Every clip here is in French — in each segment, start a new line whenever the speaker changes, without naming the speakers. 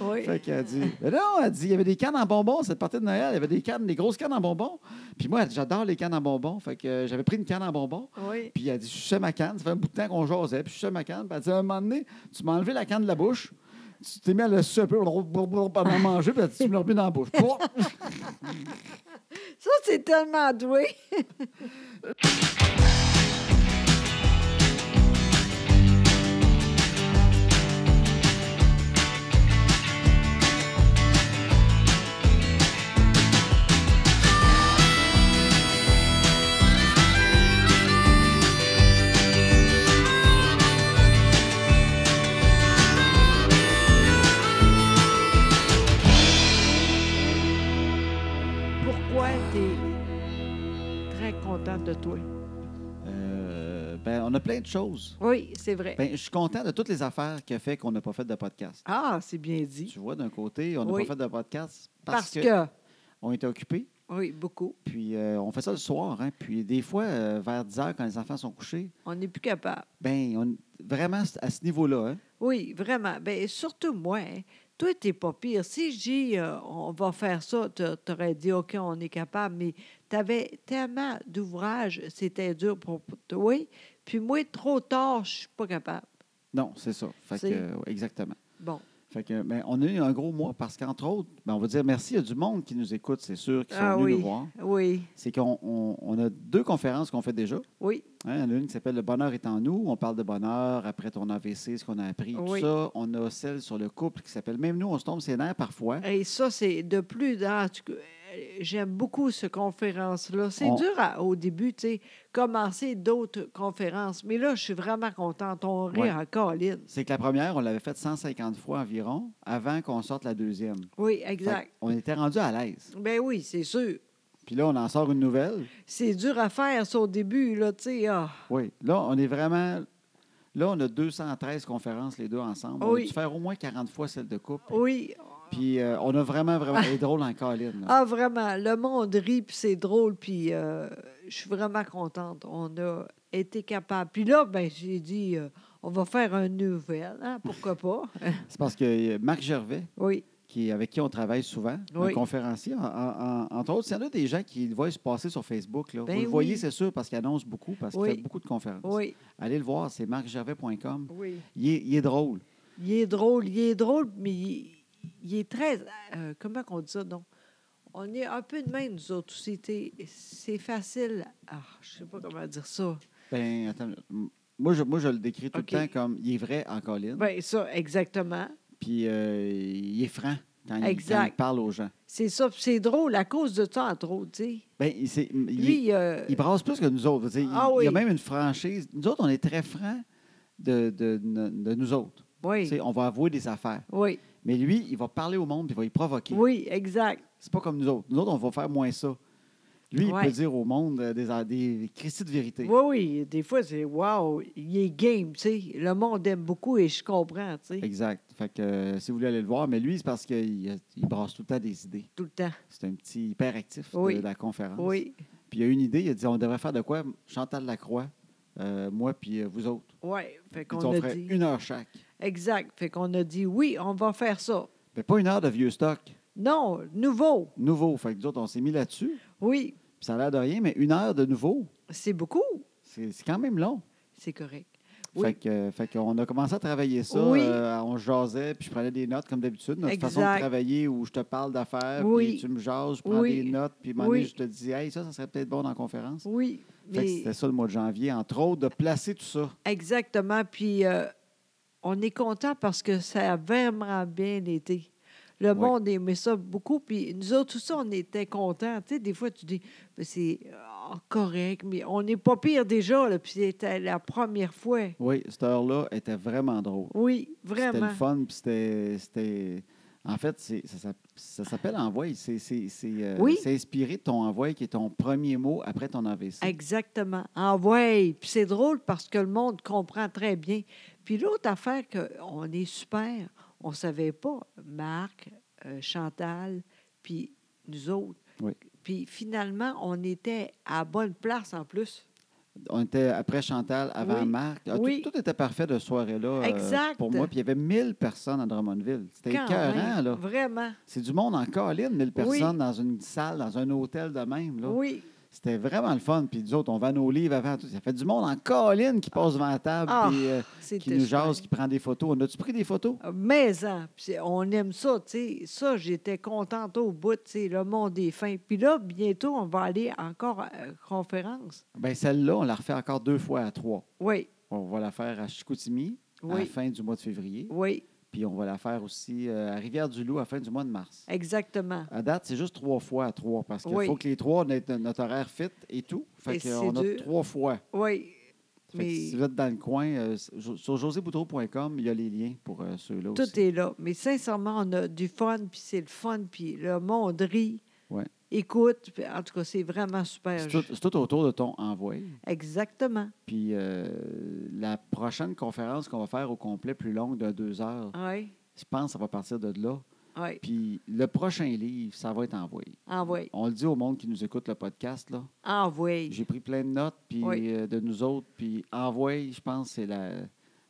Oui.
Fait qu'elle dit, mais non, elle dit, il y avait des cannes en bonbons cette partie de Noël. Il y avait des cannes, des grosses cannes en bonbons. Puis moi, j'adore les cannes en bonbons. Fait que euh, j'avais pris une canne en bonbons.
Oui.
Puis elle dit, je suis ma canne. Ça fait un bout de temps qu'on jasait. Puis je suis ma canne. Puis elle dit, à un moment donné, tu m'as enlevé la canne de la bouche. Tu t'es mis à le sucer un peu pendant manger, puis elle dit, tu me l'as remis dans la bouche.
Ça, c'est tellement doué. Pourquoi t'es très contente de toi?
Euh, ben, on a plein de choses.
Oui, c'est vrai.
Ben, je suis content de toutes les affaires qui a fait qu'on n'a pas fait de podcast.
Ah, c'est bien dit.
Tu vois, d'un côté, on n'a
Oui.
pas fait de podcast parce,
Parce, que...
que on était occupés.
oui, beaucoup.
Puis euh, on fait ça le soir, hein. Puis des fois, euh, vers 10 heures, quand les enfants sont couchés,
On n'est plus capable.
ben on- vraiment c'est à ce niveau-là, hein.
Oui, vraiment. Ben, surtout moi. hein. Toi, t'es pas pire. Si j'ai, euh, on va faire ça, t'a- t'aurais dit, OK, on est capable, mais t'avais tellement d'ouvrages, c'était dur pour pour toi. Puis moi, trop tard, je suis pas capable.
Non, c'est ça. Fait que,
C'est-
euh, ouais, exactement.
Bon.
Fait que, ben, on a eu un gros mois parce qu'entre autres, ben, on va dire merci, il y a du monde qui nous écoute, c'est sûr, qui sont
Ah
venus
oui.
nous voir.
Oui,
C'est qu'on on- on a deux conférences qu'on fait déjà.
oui,
Hein, il y en a une qui s'appelle Le bonheur est en nous. On parle de bonheur après ton AVC, ce qu'on a appris,
Oui.
tout ça. On a celle sur le couple qui s'appelle Même nous, on se tombe ses nerfs parfois.
Et ça, c'est de plus en tout cas, euh, J'aime beaucoup ce conférence-là. C'est
On-
dur à- au début, tu sais, commencer d'autres conférences. Mais là, je suis vraiment contente. On rit
Ouais.
en colline.
C'est que la première, on l'avait faite 150 fois environ avant qu'on sorte la deuxième.
Oui,
Fait
exact.
qu'on était rendu à l'aise.
Ben oui, c'est sûr.
Puis là, on en sort une nouvelle.
C'est dur à faire, ça, au début, là, tu sais. ah.
Oui. Là, on est vraiment. Là, on a 213 conférences, les deux ensemble. On
Oui.
a dû faire au moins 40 fois celle de couple.
Oui.
Puis euh, on a vraiment, vraiment. Elle est drôle en colline. là.
Ah, vraiment, le monde rit, puis c'est drôle, puis euh, je suis vraiment contente. On a été capable. Puis là, ben j'ai dit, euh, on va faire un nouvel, hein, pourquoi pas?
C'est parce que euh, Marc Gervais,
oui,
qui, avec qui on travaille souvent,
Oui.
un conférencier, en- en- en- entre autres. S'il y en a des gens qui le voient se passer sur Facebook, là,
Ben
vous le
oui.
voyez, c'est sûr, parce qu'il annonce beaucoup, parce qu'il
Oui.
fait beaucoup de conférences.
oui,
Allez le voir, c'est marcgervais.com.
oui.
Il est, il est drôle.
Il est drôle, il est drôle, mais il, il est très. euh, comment qu'on dit ça, donc? On est un peu de même, nous autres aussi. t'sais. C'est facile. Ah, je sais pas comment dire ça.
Ben, attends, une minute. M- moi, je, moi, je le décris tout
OK.
le temps comme il est vrai en colline,
Ben, ça, exactement.
puis euh, il est franc quand il- quand il,
Exact.
parle aux gens.
C'est ça. puis C'est drôle à cause de ça, entre autres, tu sais.
Ben, il, c'est- il-
Lui, euh,
il brasse plus que nous autres. Je veux dire, il,
Ah
il y a
oui.
même une franchise. Nous autres, on est très francs de, de- de- de nous autres. Tu
oui,
sais, On va avouer des affaires.
oui,
Mais lui, il va parler au monde, puis il va y provoquer.
oui, exact.
C'est pas comme nous autres. Nous autres, on va faire moins ça. Lui, il
Ouais.
peut dire au monde euh, des, des Christie de vérité.
Oui, oui, des fois, c'est wow, il est game, tu sais. Le monde aime beaucoup et je comprends, tu sais,
Exact. Fait que euh, si vous voulez aller le voir, mais lui, c'est parce qu'il il brasse tout le temps des idées.
tout le temps.
C'est un petit hyperactif
Oui.
de la conférence.
Oui,
Puis il a eu une idée, il a dit on devrait faire de quoi Chantal Lacroix, euh, moi, puis euh, vous autres.
oui. Fait
Puis
qu'on
on
a
ferait
dit.
une heure chaque.
Exact. Fait qu'on a dit oui, on va faire ça.
Mais pas une heure de vieux stock,
Non, nouveau.
nouveau. Fait que nous autres, on s'est mis là-dessus.
Oui,
Puis ça a l'air de rien, mais une heure de nouveau,
c'est beaucoup.
c'est c'est quand même long.
C'est correct. Oui.
Fait que, euh, fait qu'on a commencé à travailler ça.
Oui.
euh, on se jasait, puis je prenais des notes comme d'habitude. Notre
Exact.
façon de travailler où je te parle d'affaires,
Oui.
puis tu me jases, je prends
Oui.
des notes, puis à un moment donné,
Oui.
je te dis, hey, ça, ça serait peut-être bon dans la conférence.
Oui,
Fait que
mais
c'était ça le mois de janvier, entre autres, de placer tout ça.
exactement. Puis euh, on est content parce que ça a vraiment bien été. Le
Oui.
monde aimait ça beaucoup. Puis nous autres, tout ça, on était contents. Tu sais, des fois, tu dis, Ben, c'est ah, correct, mais on n'est pas pire déjà. Là. Puis c'était la première fois.
Oui, cette heure-là était vraiment drôle.
Oui,
C'était
vraiment.
le fun, puis c'était. c'était- En fait, c'est- ça, s'app- ça s'appelle Envoi. C'est c'est- c'est, euh,
Oui.
c'est inspiré de ton Envoi, qui est ton premier mot après ton AVC.
Exactement. Ah ouais. Puis c'est drôle parce que le monde comprend très bien. Puis l'autre affaire qu'on est super, on savait pas, Marc, euh, Chantal, puis nous autres.
Oui.
Puis finalement, on était à bonne place en plus.
On était après Chantal, avant
Oui.
Marc. Ah, tout-
Oui.
Tout, était parfait de ce soirée-là euh,
Exact.
pour moi. Puis il y avait 1000 personnes à Drummondville. C'était
Quand
écœurant,
même,
là.
Vraiment.
C'est du monde en colline, 1000
Oui.
personnes dans une salle, dans un hôtel de même. Là.
Oui.
C'était vraiment le fun. Puis nous autres, on va à nos livres avant. tout. Ça fait du monde en colline qui passe devant la table,
Ah,
puis, euh, qui
C'était
nous
super.
jase, qui prend des photos. On a-tu pris des photos?
Maison. Puis c'est- on aime ça, tu sais. Ça, j'étais contente au bout, tu sais, le monde est fin. Puis là, bientôt, on va aller encore à la conférence.
Bien, Ben, celle-là, on la refait encore deux fois à trois.
Oui,
On va la faire à Chicoutimi à la
oui,
fin du mois de février.
oui,
Puis on va la faire aussi euh, à Rivière-du-Loup à la fin du mois de mars.
exactement.
À date, c'est juste trois fois à trois parce qu'il
Oui.
faut que les trois, on ait notre horaire fit et tout. Fait
Et c'est
qu'on a
dur.
trois fois.
Oui,
Fait que
Mais-
si vous êtes dans le coin, euh, sur sur joséboutreau.com, il y a les liens pour euh, ceux-là aussi.
tout est là. Mais sincèrement, on a du fun, puis c'est le fun, puis le monde rit.
Ouais.
Écoute, puis en tout cas, c'est vraiment super.
C'est tout, c'est tout autour de ton envoi.
Exactement.
Puis euh, la prochaine conférence qu'on va faire au complet plus longue de deux heures,
Oui,
je pense que ça va partir de là.
oui.
Puis le prochain livre, ça va être envoyé.
Envoyé.
On le dit au monde qui nous écoute le podcast, là.
Envoyé.
J'ai pris plein de notes puis
Oui.
euh, de nous autres. Puis envoie, je pense, c'est la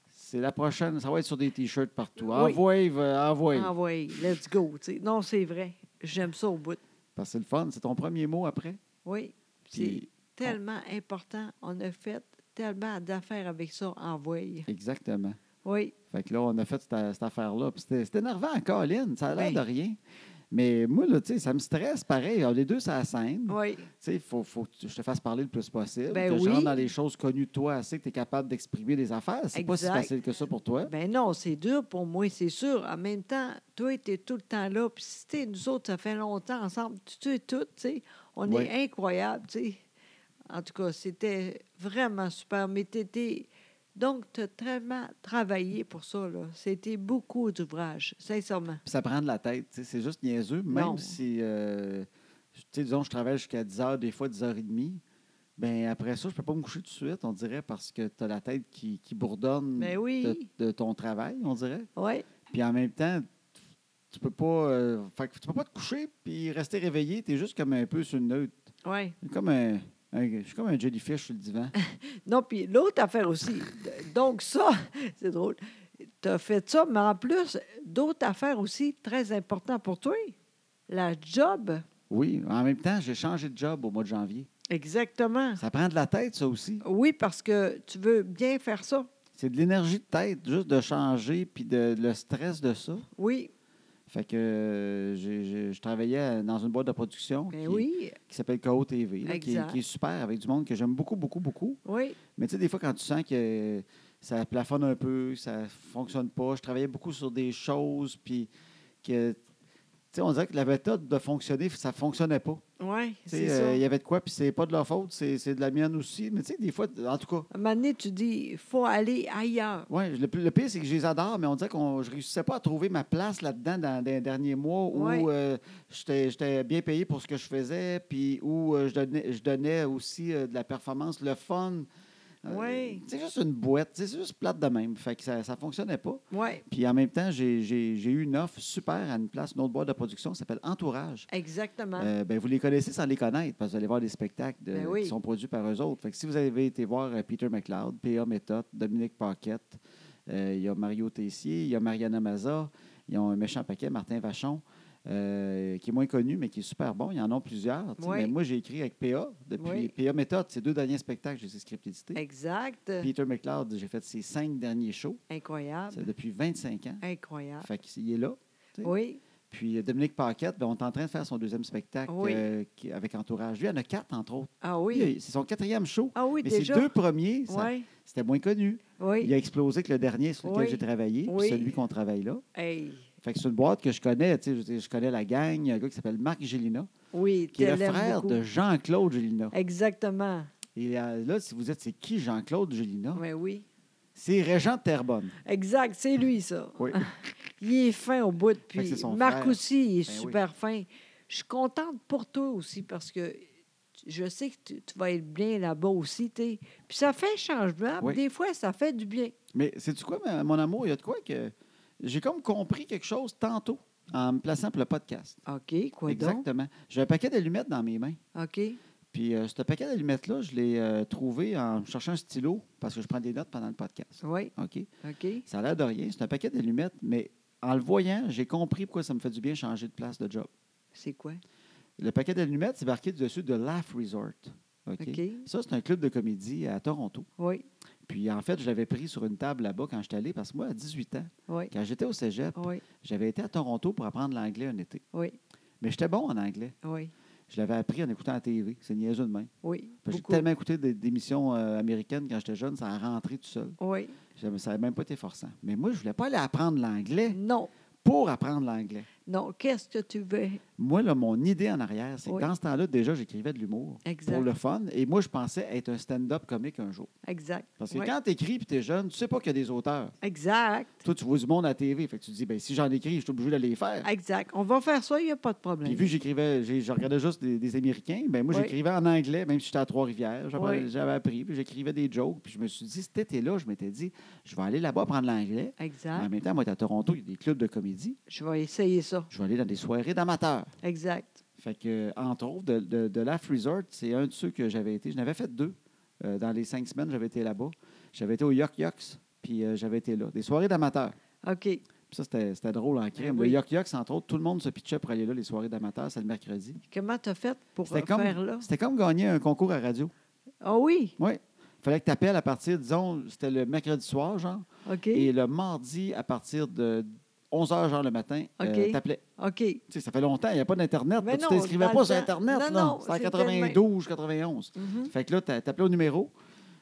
c'est la prochaine. Ça va être sur des t-shirts partout.
Oui.
Envoie, euh, envoie.
Envoyé. Let's go, tu sais. Non, c'est vrai. J'aime ça au bout.
Parce que c'est le fun. C'est ton premier mot après.
Oui. c'est-
Puis,
tellement important. On a fait tellement d'affaires avec ça en voie.
exactement.
Oui,
Fait que là, on a fait cette, cette affaire-là. Puis c'était c'était énervant, Colin. Ça a l'air
Oui.
de rien. Mais moi, là, tu sais, ça me stresse pareil. Alors, les deux, ça scène.
oui,
Tu sais, il faut, faut que je te fasse parler le plus possible.
Ben
que je
oui.
rentre dans les choses connues de toi assez que tu es capable d'exprimer des affaires. C'est pas si
Exact.
facile que ça pour toi.
Ben non, c'est dur pour moi, c'est sûr. En même temps, toi, tu es tout le temps là. Puis si t'es nous autres, ça fait longtemps ensemble, tu tu es tout, tu sais. On
Oui.
est incroyables, tu sais. En tout cas, c'était vraiment super. Mais t'étais... Donc, tu as tellement travaillé pour ça, là. C'était beaucoup d'ouvrages, sincèrement.
Puis ça prend de la tête. tu sais, C'est juste niaiseux. Même
Non.
si, euh, tu sais, disons, je travaille jusqu'à 10 h, des fois 10 h 30. Ben après ça, je peux pas me coucher tout de suite, on dirait, parce que tu as la tête qui, qui bourdonne
Ben oui.
de- de ton travail, on dirait.
Oui,
Puis en même temps, tu peux pas, euh, fait que tu peux pas te coucher puis rester réveillé. Tu es juste comme un peu sur le neutre.
oui.
Comme un, un- je suis comme un jellyfish sur le divan.
Non, puis l'autre affaire aussi. Donc, ça, c'est drôle. Tu as fait ça, mais en plus, d'autres affaires aussi très importantes pour toi. La job.
Oui, en même temps, j'ai changé de job au mois de janvier.
Exactement.
Ça prend de la tête, ça aussi.
Oui, parce que tu veux bien faire ça.
C'est de l'énergie de tête, juste de changer, puis de, le stress de ça.
Oui,
Fait que euh, j'ai- j'ai- je travaillais euh, dans une boîte de production
ben
qui,
oui,
qui s'appelle KO TV, là, qui, est-
Exact.
qui est super, avec du monde que j'aime beaucoup, beaucoup, beaucoup.
oui,
Mais tu sais, des fois, quand tu sens que ça plafonne un peu, ça fonctionne pas, je travaillais beaucoup sur des choses, puis que, tu sais, on dirait que la méthode de fonctionner, ça fonctionnait pas.
oui,
Tu
c'est
sais, euh,
ça.
il y avait de quoi, puis c'est pas de leur faute, c'est c'est de la mienne aussi. Mais tu sais, des fois, en tout cas,
À un moment donné, tu dis, faut aller ailleurs.
ouais, le, le pire, c'est que je les adore, mais on dirait que je réussissais pas à trouver ma place là-dedans dans, dans les derniers mois où
Ouais.
euh, j'étais j'étais bien payé pour ce que je faisais, puis où euh, je, donnais, je donnais aussi euh, de la performance, le fun. Euh,
Ouais.
C'est juste une boîte, c'est juste plate de même. Fait que ça ne fonctionnait pas.
Oui,
Puis en même temps, j'ai- j'ai j'ai eu une offre super à une place, une autre boîte de production qui s'appelle Entourage.
exactement.
Euh, ben, vous les connaissez sans les connaître, parce que vous allez voir des spectacles de-
Ben oui.
qui sont produits par eux autres. Fait que si vous avez été voir euh, Peter McLeod, P.A. Méthode, Dominique Paquette, euh, il y a Mario Tessier, il y a Mariana Maza, ils ont un méchant paquet, Martin Vachon, euh, qui est moins connu, mais qui est super bon. Ils en ont plusieurs. tu sais.
Oui.
Mais moi, j'ai écrit avec P.A. depuis
Oui.
P.A. Méthode. Ces deux derniers spectacles, j'ai script édité.
Exact.
Peter McLeod, j'ai fait ses cinq derniers shows. C'est
Incroyable.
depuis 25 ans.
Incroyable.
Fait qu'il est là. tu sais.
Oui,
Puis euh, Dominique Paquette, ben, on est en train de faire son deuxième spectacle
Oui.
euh, qui- avec Entourage. Lui, il en a quatre, entre autres.
ah
Lui,
oui.
il- C'est son quatrième show.
Ah oui,
mais ses
déjà.
deux premiers, ça-
Oui,
c'était moins connu. Il
oui.
a explosé que le dernier sur lequel
Oui.
j'ai travaillé, puis
Oui.
celui qu'on travaille là.
Hey.
Fait que c'est une boîte que je connais. tu sais, Je, veux dire, je connais la gang. Il y a un gars qui s'appelle Marc Gélina,
Oui,
qui est
tu
le
l'aimes
frère
beaucoup.
de Jean-Claude Gélina.
Exactement.
Et euh, là, si vous êtes, c'est qui Jean-Claude Gélina?
Mais oui.
C'est Régent de Terrebonne.
Exact, c'est lui, ça.
Oui.
Il est fin au bout.
que
Puis
c'est son
Marc
frère.
aussi, il est
Ben oui.
super fin. Je suis contente pour toi aussi parce que tu- je sais que tu, tu vas être bien là-bas aussi. t'es. Puis ça fait changement. puis
Oui.
Des fois, ça fait du bien.
Mais sais-tu quoi, ma- mon amour? Il y a de quoi que j'ai comme compris quelque chose tantôt en me plaçant pour le podcast.
OK, quoi donc?
Exactement. J'ai un paquet d'allumettes dans mes mains.
OK.
Puis, euh, ce paquet d'allumettes-là, je l'ai euh, trouvé en cherchant un stylo parce que je prends des notes pendant le podcast.
Oui,
OK?
OK.
Ça a l'air de rien. C'est un paquet d'allumettes, mais en le voyant, j'ai compris pourquoi ça me fait du bien changer de place de job.
C'est quoi?
Le paquet d'allumettes, c'est marqué dessus de Laugh Resort. OK?
OK.
Ça, c'est un club de comédie à Toronto.
Oui,
Puis, en fait, je l'avais pris sur une table là-bas quand j'étais allé parce que moi, à 18 ans,
oui,
quand j'étais au cégep,
oui,
j'avais été à Toronto pour apprendre l'anglais un été.
oui,
Mais j'étais bon en anglais.
oui,
Je l'avais appris en écoutant la TV. C'est niaiseux de même.
oui.
Parce que J'ai
beaucoup.
tellement écouté des, des émissions euh, américaines quand j'étais jeune, ça a rentré tout seul.
Oui.
Je- Ça n'a même pas été forçant. Mais moi, je voulais pas aller apprendre l'anglais
Non,
pour apprendre l'anglais.
non. Qu'est-ce que tu veux?
Moi, là, mon idée en arrière, c'est
Oui.
que dans ce temps-là, déjà, j'écrivais de l'humour
Exact.
pour le fun. Et moi, je pensais être un stand-up comique un jour.
Exact.
Parce que
Oui.
quand tu écris et tu es jeune, tu sais pas qu'il y a des auteurs.
Exact.
Toi, tu vois du monde à la TV. Fait que tu te dis, ben, si j'en écris, je suis obligé de les faire.
Exact. On va faire ça, il n'y a pas de
Puis
problème.
vu que j'écrivais, j'ai- je regardais juste des, des Américains, ben moi
Oui.
j'écrivais en anglais, même si j'étais à Trois-Rivières, J'apprenais-
Oui.
j'avais appris, puis j'écrivais des jokes, puis je me suis dit, cet été-là, je m'étais dit, je vais aller là-bas prendre l'anglais. En
Exact.
même temps, moi, j'étais à Toronto, il y a des clubs de comédie,
Je vais essayer ça.
je vais aller dans des soirées d'amateurs.
Exact.
Fait que, entre autres, de, de, de Laugh Resort, c'est un de ceux que j'avais été. Je n'avais fait deux euh, dans les cinq semaines, j'avais été là-bas. J'avais été au Yuck Yucks, puis euh, j'avais été là. Des soirées d'amateurs.
OK.
Puis ça, c'était c'était drôle en crème.
oui.
Le Yuck Yucks, entre autres, tout le monde se pitchait pour aller là, les soirées d'amateurs, c'est le mercredi.
Comment tu as fait pour euh,
C'était comme,
faire là?
c'était comme gagner un concours à radio.
Ah oui.
Oui. Il fallait que tu appelles à partir, disons, c'était le mercredi soir, genre,
OK.
et le mardi, à partir de 11h, genre, le matin,
OK.
euh, t'appelais.
OK.
Tu sais, ça fait longtemps, il n'y a pas d'Internet.
Mais
là,
non,
Tu t'inscrivais
dans
pas
le
sur
temps-
Internet,
non,
là.
non,
C'était en
c'était
92, 91.
Mhm.
Fait que là, t'a- t'appelais au numéro.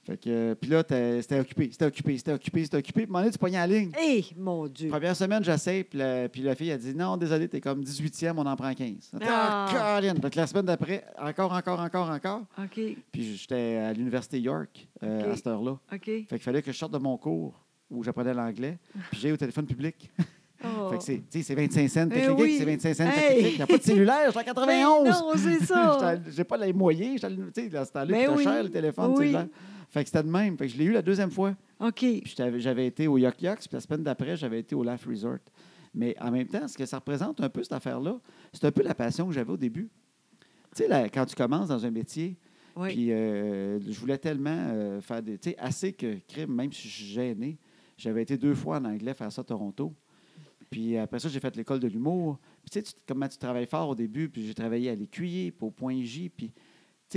Fait que, euh, puis là, t'as- c'était occupé, c'était occupé, c'était occupé, c'était occupé. Puis, à un moment donné, tu pognais la ligne.
Hé, Eh, mon Dieu.
Première semaine, j'essaie, puis la, puis la fille, elle dit Non, désolé, t'es comme 18e, on en prend 15. Ah,
Ah.
Colin! Fait que la semaine d'après, encore, encore, encore, encore.
OK.
Puis j'étais à l'université York euh,
OK.
à cette heure-là.
OK.
Fait qu'il fallait que je sorte de mon cours où j'apprenais l'anglais, puis j'aille au téléphone public.
Oh.
Fait que c'est, tu sais, c'est 25 cents,
Eh
technique,
oui.
c'est 25 cents,
Hey.
technique. Il n'y a pas de cellulaire, j'étais en 91.
Ben Non, c'est ça.
J'étais à- J'ai pas les moyens, j'étais à l'uni- tu sais, là, c'était à
Ben
l'époque,
oui.
c'était cher le téléphone,
Oui.
cellulaire. Fait que c'était de même. Fait que je l'ai eu la deuxième fois.
OK.
Puis j'étais- j'avais été au Yuck Yucks, puis la semaine d'après, j'avais été au Laugh Resort. Mais en même temps, ce que ça représente un peu, cette affaire-là, c'est un peu la passion que j'avais au début. Tu sais, là, quand tu commences dans un métier,
Oui.
puis euh, je voulais tellement euh, faire des. Tu sais, assez que crime, même si je suis gêné, j'avais été deux fois en anglais faire ça à Toronto. Puis après ça, j'ai fait l'école de l'humour. Puis tu sais, tu- comment tu travailles fort au début, puis j'ai travaillé à l'écuyer, puis au point J. Puis tu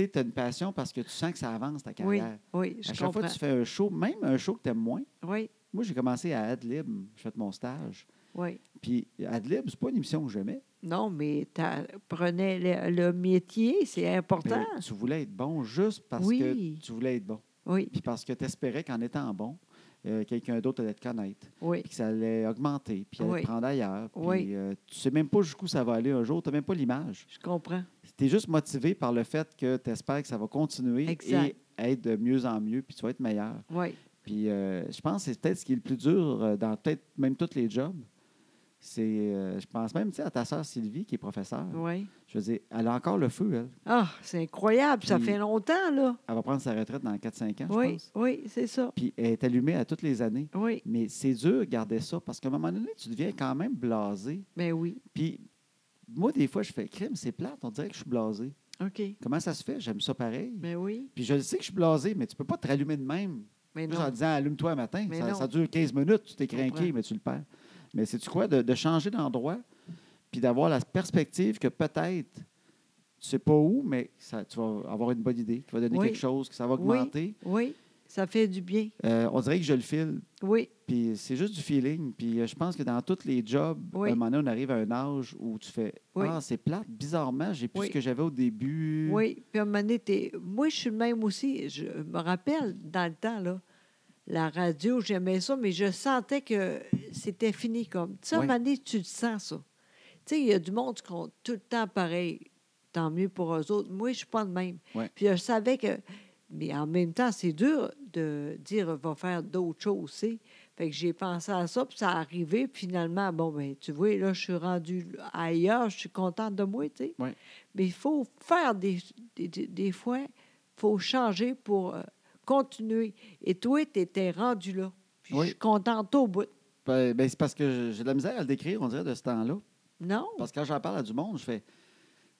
sais, tu as une passion parce que tu sens que ça avance ta
Oui,
carrière.
oui, je
à chaque fois
comprends.
que tu fais un show, même un show que tu aimes moins,
Oui,
moi j'ai commencé à Adlib, j'ai fait mon stage.
oui.
Puis Adlib, c'est pas une émission que j'aimais.
Non, mais t'as- prenais le, le métier, c'est important.
Mais Tu voulais être bon juste parce
Oui.
que tu voulais être bon.
Oui,
Puis parce que tu espérais qu'en étant bon, euh, quelqu'un d'autre allait te connaître,
oui,
puis que ça allait augmenter, puis allait
Oui.
te prendre ailleurs. Puis
Oui.
euh, tu sais même pas jusqu'où ça va aller un jour, tu n'as même pas l'image.
je comprends.
Tu es juste motivé par le fait que tu espères que ça va continuer
Exact.
et être de mieux en mieux, puis tu vas être meilleur.
Oui,
Puis euh, je pense que c'est peut-être ce qui est le plus dur euh, dans peut-être même tous les jobs. C'est, euh, je pense même tu sais, à ta sœur Sylvie qui est professeure.
oui.
Je veux dire, elle a encore le feu, elle.
Ah, c'est incroyable, ça
Puis-
fait longtemps, là.
Elle va prendre sa retraite dans 4-5 ans, je
Oui,
pense.
oui, c'est ça.
Puis elle est allumée à toutes les années.
Oui,
Mais c'est dur de garder ça parce qu'à un moment donné, tu deviens quand même blasé.
ben oui.
Puis moi, des fois, je fais crime, c'est plate, on dirait que je suis blasé.
OK.
Comment ça se fait? J'aime ça pareil.
Ben oui,
Puis je le sais que je suis blasé, mais tu peux pas te rallumer de même.
mais
Juste en
non.
disant allume-toi un matin.
Mais
Ça,
non.
ça dure 15 minutes, tu t'es
Je comprends.
craqué, mais tu le perds. Mais c'est tu quoi? De, de changer d'endroit, puis d'avoir la perspective que peut-être, tu sais pas où, mais ça, tu vas avoir une bonne idée, qui va donner
Oui.
quelque chose, que ça va augmenter.
Oui, ça fait du bien.
Euh, on dirait que je le file.
Oui,
Puis c'est juste du feeling. Puis euh, je pense que dans tous les jobs,
Oui.
à un moment donné, on arrive à un âge où tu fais
Oui.
Ah, c'est plate, bizarrement, j'ai plus
Oui.
ce que j'avais au début.
oui. Puis à un moment donné, t'es- moi, je suis le même aussi. Je me rappelle, dans le temps, là, la radio, j'aimais ça, mais je sentais que c'était fini comme. Tu sais, à un
Oui.
moment donné, tu le sens, ça. Tu sais, il y a du monde qui compte tout le temps pareil. Tant mieux pour eux autres. Moi, je suis pas de même.
Oui.
Puis je savais que. Mais en même temps, c'est dur de dire va faire d'autres choses, tu sais. Fait que j'ai pensé à ça, puis ça a arrivé. puis Finalement, bon, ben tu vois, là, je suis rendue ailleurs, je suis contente de moi, tu sais.
Oui.
Mais il faut faire des, des, des- des fois, il faut changer pour euh, continuer. Et toi, tu étais rendu là. Puis
Oui.
je suis contente au bout.
Ben, ben, c'est parce que j'ai de la misère à le décrire, on dirait, de ce temps-là.
Non?
Parce que quand j'en parle à du monde, je fais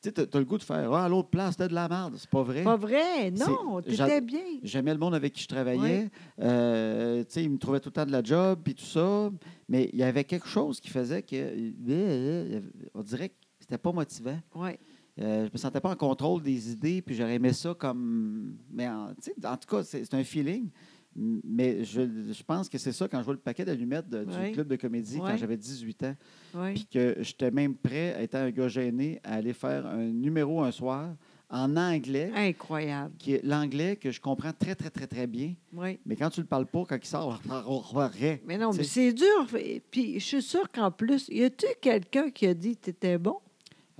Tu sais, as le goût de faire Ah, à l'autre place, t'as de la merde. C'est pas vrai.
Pas vrai, non,
C'est- j'a-
t'étais bien.
J'aimais le monde avec qui je travaillais. Euh, tu sais, il me trouvait tout le temps de la job puis tout ça. Mais il y avait quelque chose qui faisait que. euh, On dirait que c'était pas motivant.
Ouais.
Euh, je me sentais pas en contrôle des idées, puis j'aurais aimé ça comme. Mais en, tu sais, en tout cas, c'est c'est un feeling. M- Mais je, je pense que c'est ça quand je vois le paquet d'allumettes de- du
Ouais.
club de comédie quand
Ouais.
j'avais 18 ans,
Ouais.
puis que j'étais même prêt, étant un gars gêné, à aller faire un numéro un soir en anglais,
Incroyable.
qui est l'anglais que je comprends très, très, très, très bien.
Oui.
Mais quand tu le parles pas, quand il sort,
Mais non, mais
T'sais-
c'est dur. fait- Puis je suis sûre qu'en plus, y a-tu quelqu'un qui a dit que t'étais bon?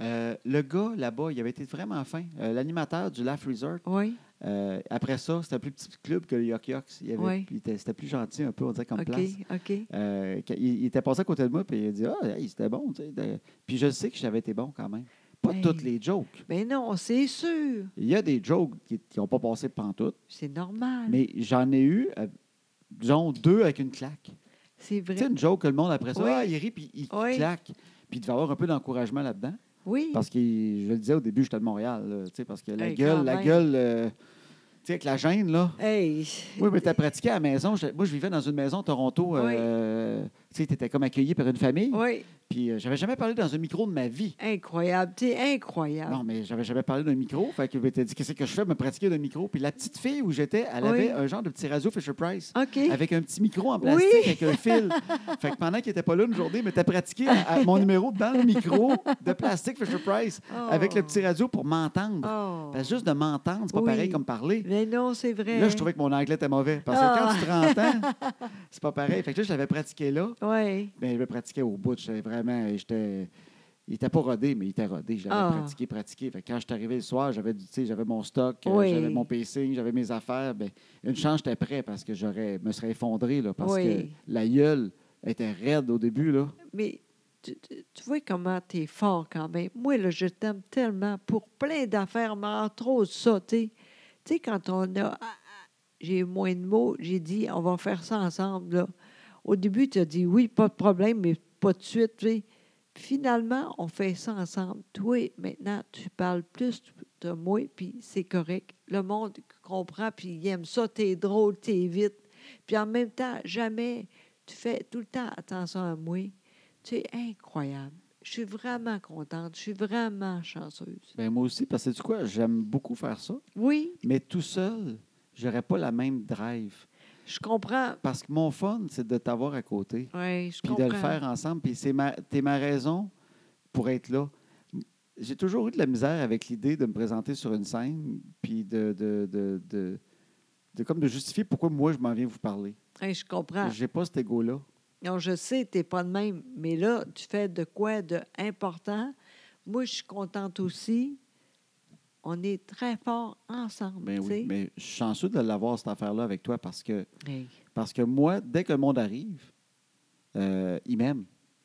Euh, le gars là-bas, il avait été vraiment fin. Euh, L'animateur du Laugh Resort,
Oui.
Euh, après ça, c'était un plus petit club que le Yuck Yucks. Il y avait-
Ouais.
il était- C'était plus gentil un peu, on dirait, comme
OK,
place.
OK.
Euh, quand- il, il était passé à côté de moi, puis il a dit Ah, hey, c'était bon. tu sais, de- Puis je sais que j'avais été bon quand même. Pas
Hey.
toutes les jokes.
Mais Ben non, c'est sûr.
Il y a des jokes qui n'ont pas passé pantoute,
C'est normal.
mais j'en ai eu, euh, disons, deux avec une claque.
c'est
Tu sais,
vrai.
une joke que le monde après ça,
Oui.
Ah, il rit, puis il
Oui.
claque. Puis il devait avoir un peu d'encouragement là-dedans.
Oui.
Parce que je le disais au début, j'étais de Montréal, là, tu sais, parce que la
Hey, quand
gueule, la
même.
gueule, euh, tu sais, avec la gêne, là.
Hey.
Oui, mais tu as pratiqué à la maison. J'étais- Moi, je vivais dans une maison à Toronto.
Oui.
euh, tu étais comme accueilli par une famille.
Oui,
Puis euh, j'avais jamais parlé dans un micro de ma vie.
incroyable. T'es incroyable.
Non, mais j'avais jamais parlé d'un micro. Fait que je m'étais dit, qu'est-ce que je fais me pratiquer d'un micro? Puis la petite fille où j'étais, elle
Oui.
avait un genre de petit radio Fisher-Price.
OK.
Avec un petit micro en
Oui.
plastique, avec un fil. Fait que pendant qu'il n'était pas là une journée, mais t'as pratiqué à- à mon numéro dans le micro de plastique Fisher-Price
Oh.
avec le petit radio pour m'entendre.
Oh.
Parce que juste de m'entendre, c'est pas
Oui.
pareil comme parler.
Mais non, c'est vrai.
Là, je trouvais que mon anglais était mauvais. Parce que
Mm. Ah.
quand tu te rends c'est pas pareil. Fait que là, je l'avais pratiqué là,
Oui.
mais je le pratiquais au bout. J'étais vraiment. J'étais. Il était pas rodé, mais il était rodé. Je l'avais
Ah.
pratiqué, pratiqué. Fait que quand je suis arrivé le soir, j'avais du- tu sais, j'avais mon stock, euh,
Oui.
j'avais mon pacing, j'avais mes affaires. Ben, une chance, j'étais prêt parce que j'aurais me serais effondré là, parce
Oui.
que la gueule était raide au début. Là.
Mais tu, tu- tu vois comment t'es fort quand même. Moi, là, je t'aime tellement pour plein d'affaires, mais entre autres, ça, tu sais. Tu sais, quand on a. ah, ah, J'ai moins de mots, j'ai dit, on va faire ça ensemble, là. Au début, tu as dit, oui, pas de problème, mais pas de suite, tu sais. Finalement, on fait ça ensemble. Toi, maintenant, tu parles plus de moi, puis c'est correct. Le monde comprend, puis il aime ça. T'es drôle, t'es vite. Puis en même temps, jamais, tu fais tout le temps attention à moi. Tu es incroyable. Je suis vraiment contente. Je suis vraiment chanceuse.
Ben, moi aussi, parce que du quoi, j'aime beaucoup faire ça,
Oui,
mais tout seul, j'aurais pas la même drive.
je comprends.
Parce que mon fun, c'est de t'avoir à côté.
Oui, je
puis
comprends.
de le faire ensemble. Puis c'est ma, t'es ma raison pour être là. J'ai toujours eu de la misère avec l'idée de me présenter sur une scène, puis de, de, de, de- de comme de justifier pourquoi moi je m'en viens vous parler.
Hey, je comprends.
J'ai pas cet ego-là.
Non, je sais, tu n'es pas de même, mais là, tu fais de quoi de important. Moi, je suis contente aussi. On est très forts ensemble.
Ben
tu sais.
oui, mais je suis chanceux de l'avoir cette affaire-là avec toi parce que
Hey.
parce que moi, dès que le monde arrive, euh, il m'aime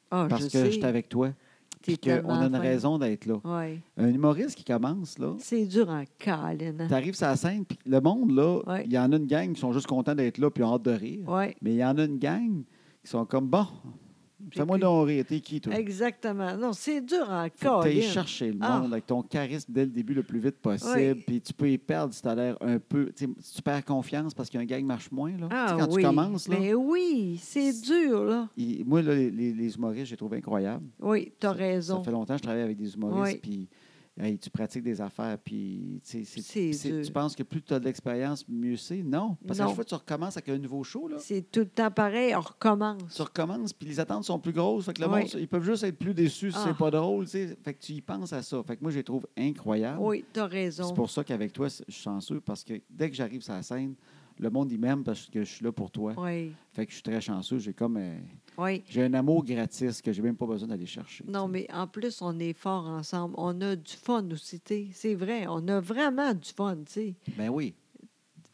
Ah,
parce
je
que
sais,
j'étais avec toi.
t'es
Puis qu'on a une
tellement fin.
raison d'être là.
Ouais.
Un humoriste qui commence là,
C'est dur en câline. hein.
Tu arrives sur la scène, puis le monde, là, il
Ouais.
y en a une gang qui sont juste contents d'être là, puis ont hâte de rire.
Ouais,
Mais il y en a une gang qui sont comme, bon,
j'ai
fais-moi
plus-
donc rire, t'es qui, toi?
Exactement. Non, c'est dur en
Faut que t'ailles
câline.
chercher le
Ah.
monde avec ton charisme dès le début le plus vite
Ouais.
possible, puis tu peux y perdre si t'as l'air un peu... tu sais, Si tu perds confiance parce qu'un gang marche moins, là. Tu sais,
Ah
quand
oui.
tu commences, là,
Mais oui, c'est dur, là.
il- moi, là, les, les- les humoristes, j'ai trouvé incroyable.
Oui, tu as
Ça
raison.
fait longtemps que je travaille avec des humoristes,
Ouais.
puis hey, tu pratiques des affaires, puis tu sais, c'est-
C'est
c'est-
dur.
tu penses que plus tu as de l'expérience, mieux c'est. Non, parce que
Non.
chaque fois que tu recommences avec un nouveau show, là,
C'est tout le temps pareil, on recommence.
tu recommences, puis les attentes sont plus grosses. Fait que le
Oui.
monde, ils peuvent juste être plus déçus si
Ah.
c'est pas drôle. tu sais. Fait que tu y penses à ça. Fait que moi, je les trouve incroyables.
Oui, tu as
C'est
raison.
pour ça qu'avec toi, c'est- je suis chanceux parce que dès que j'arrive sur la scène, le monde, il m'aime parce que je suis là pour toi.
Oui,
Fait que je suis très chanceux. J'ai comme euh,
oui.
j'ai un amour gratis que j'ai même pas besoin d'aller chercher.
Non,
tu sais.
mais en plus, on est fort ensemble. On a du fun aussi, tu sais. C'est vrai, on a vraiment du fun, tu sais.
Ben oui.
Tu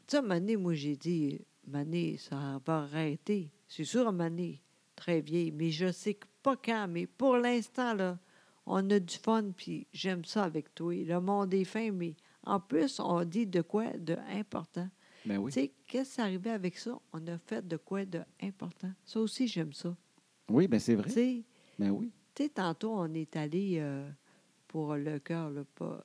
sais, Mané, moi, j'ai dit, Mané, ça va arrêter. C'est sûr, Mané, très vieille, mais je sais que pas quand, mais pour l'instant, là, on a du fun, puis j'aime ça avec toi. Le monde est fin, mais en plus, on dit de quoi de important.
Ben oui.
Tu sais, qu'est-ce qui est arrivé avec ça? On a fait de quoi de important. Ça aussi, j'aime ça.
Oui, ben c'est vrai.
Tu sais,
Ben oui.
tu sais, tantôt, on est allé euh, pour le cœur, là, pas.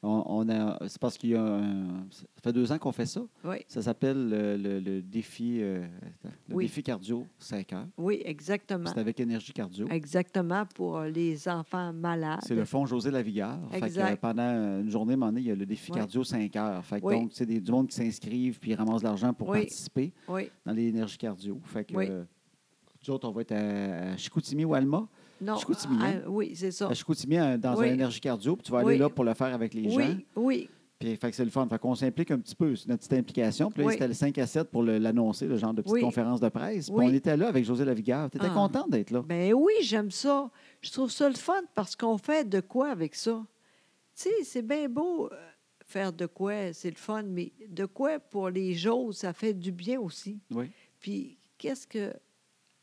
On, on a, c'est parce qu'il y a un- ça fait deux ans qu'on fait ça.
Oui,
Ça s'appelle le, le- le défi, euh, attends, le
Oui.
défi cardio 5 heures.
oui, exactement.
C'est avec énergie cardio.
Exactement pour euh, les enfants malades.
C'est le fond José Lavigueur. Fait que,
Exact.
euh, pendant une journée, à un moment donné, il y a le défi
Ouais.
cardio 5 heures. Fait que
Oui.
Donc, c'est des- du monde qui s'inscrivent puis ils ramassent de l'argent pour
Oui.
participer
Oui.
dans l'énergie cardio. Fait que,
Oui.
euh, nous autres, on va être à, à Chicoutimi ou Alma.
Non.
Chicoutimi,
ah,
hein?
oui, c'est ça.
À Chicoutimi, euh, dans
Oui.
un énergie cardio, puis tu vas
Oui.
aller là pour le faire avec les gens.
Oui, oui,
Puis, fait que c'est le fun. Fait qu'on s'implique un petit peu. C'est notre petite implication. Puis là,
Oui.
c'était le 5 à 7 pour le- l'annoncer, le genre de petite
Oui.
conférence de presse.
Oui.
Puis on était là avec José Lavigueur. Tu étais
Ah.
contente d'être là.
Ben oui, j'aime ça. Je trouve ça le fun parce qu'on fait de quoi avec ça? Tu sais, c'est bien beau euh, faire de quoi, c'est le fun, mais de quoi pour les jours, ça fait du bien aussi.
Oui.
Puis qu'est-ce que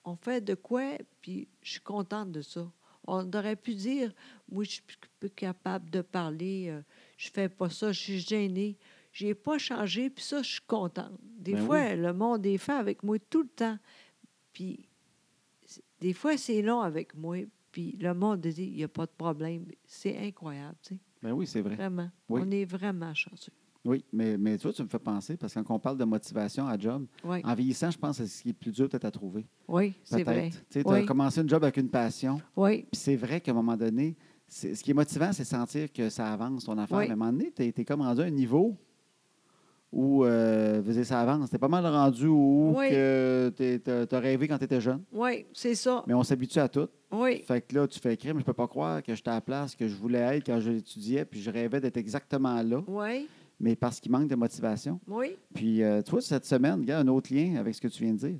on fait de quoi, puis je suis contente de ça. On aurait pu dire, moi, je suis plus- plus capable de parler, euh, je fais pas ça, je suis gênée. J'ai pas changé, puis ça, je suis contente. Des
Ben
fois, le monde est fait avec moi tout le temps. Puis, c'est- des fois, c'est long avec moi. Puis, le monde dit, il n'y a pas de problème. C'est incroyable, tu sais.
Ben oui, c'est vrai.
Vraiment.
Oui.
On est vraiment chanceux.
Oui, mais, mais tu vois, tu me fais penser, parce que quand on parle de motivation à job,
Oui,
en vieillissant, je pense que c'est ce qui est plus dur peut-être à trouver.
oui c'est vrai.
Peut-être. Tu as
Oui.
commencé une job avec une passion,
Oui,
puis c'est vrai qu'à un moment donné, c'est- ce qui est motivant, c'est sentir que ça avance ton affaire.
Oui.
Mais à un moment donné, tu es, comme rendu à un niveau où euh, je veux dire, ça avance. Tu pas mal rendu où
Oui.
que tu as rêvé quand tu étais jeune.
oui, c'est ça.
Mais on s'habitue à tout.
Oui,
Fait que là, tu fais écrire, mais je peux pas croire que j'étais à la place que je voulais être quand je l'étudiais, puis je rêvais d'être exactement là.
oui,
Mais parce qu'il manque de motivation.
oui.
Puis, euh, tu vois, cette semaine, regarde, un autre lien avec ce que tu viens de dire.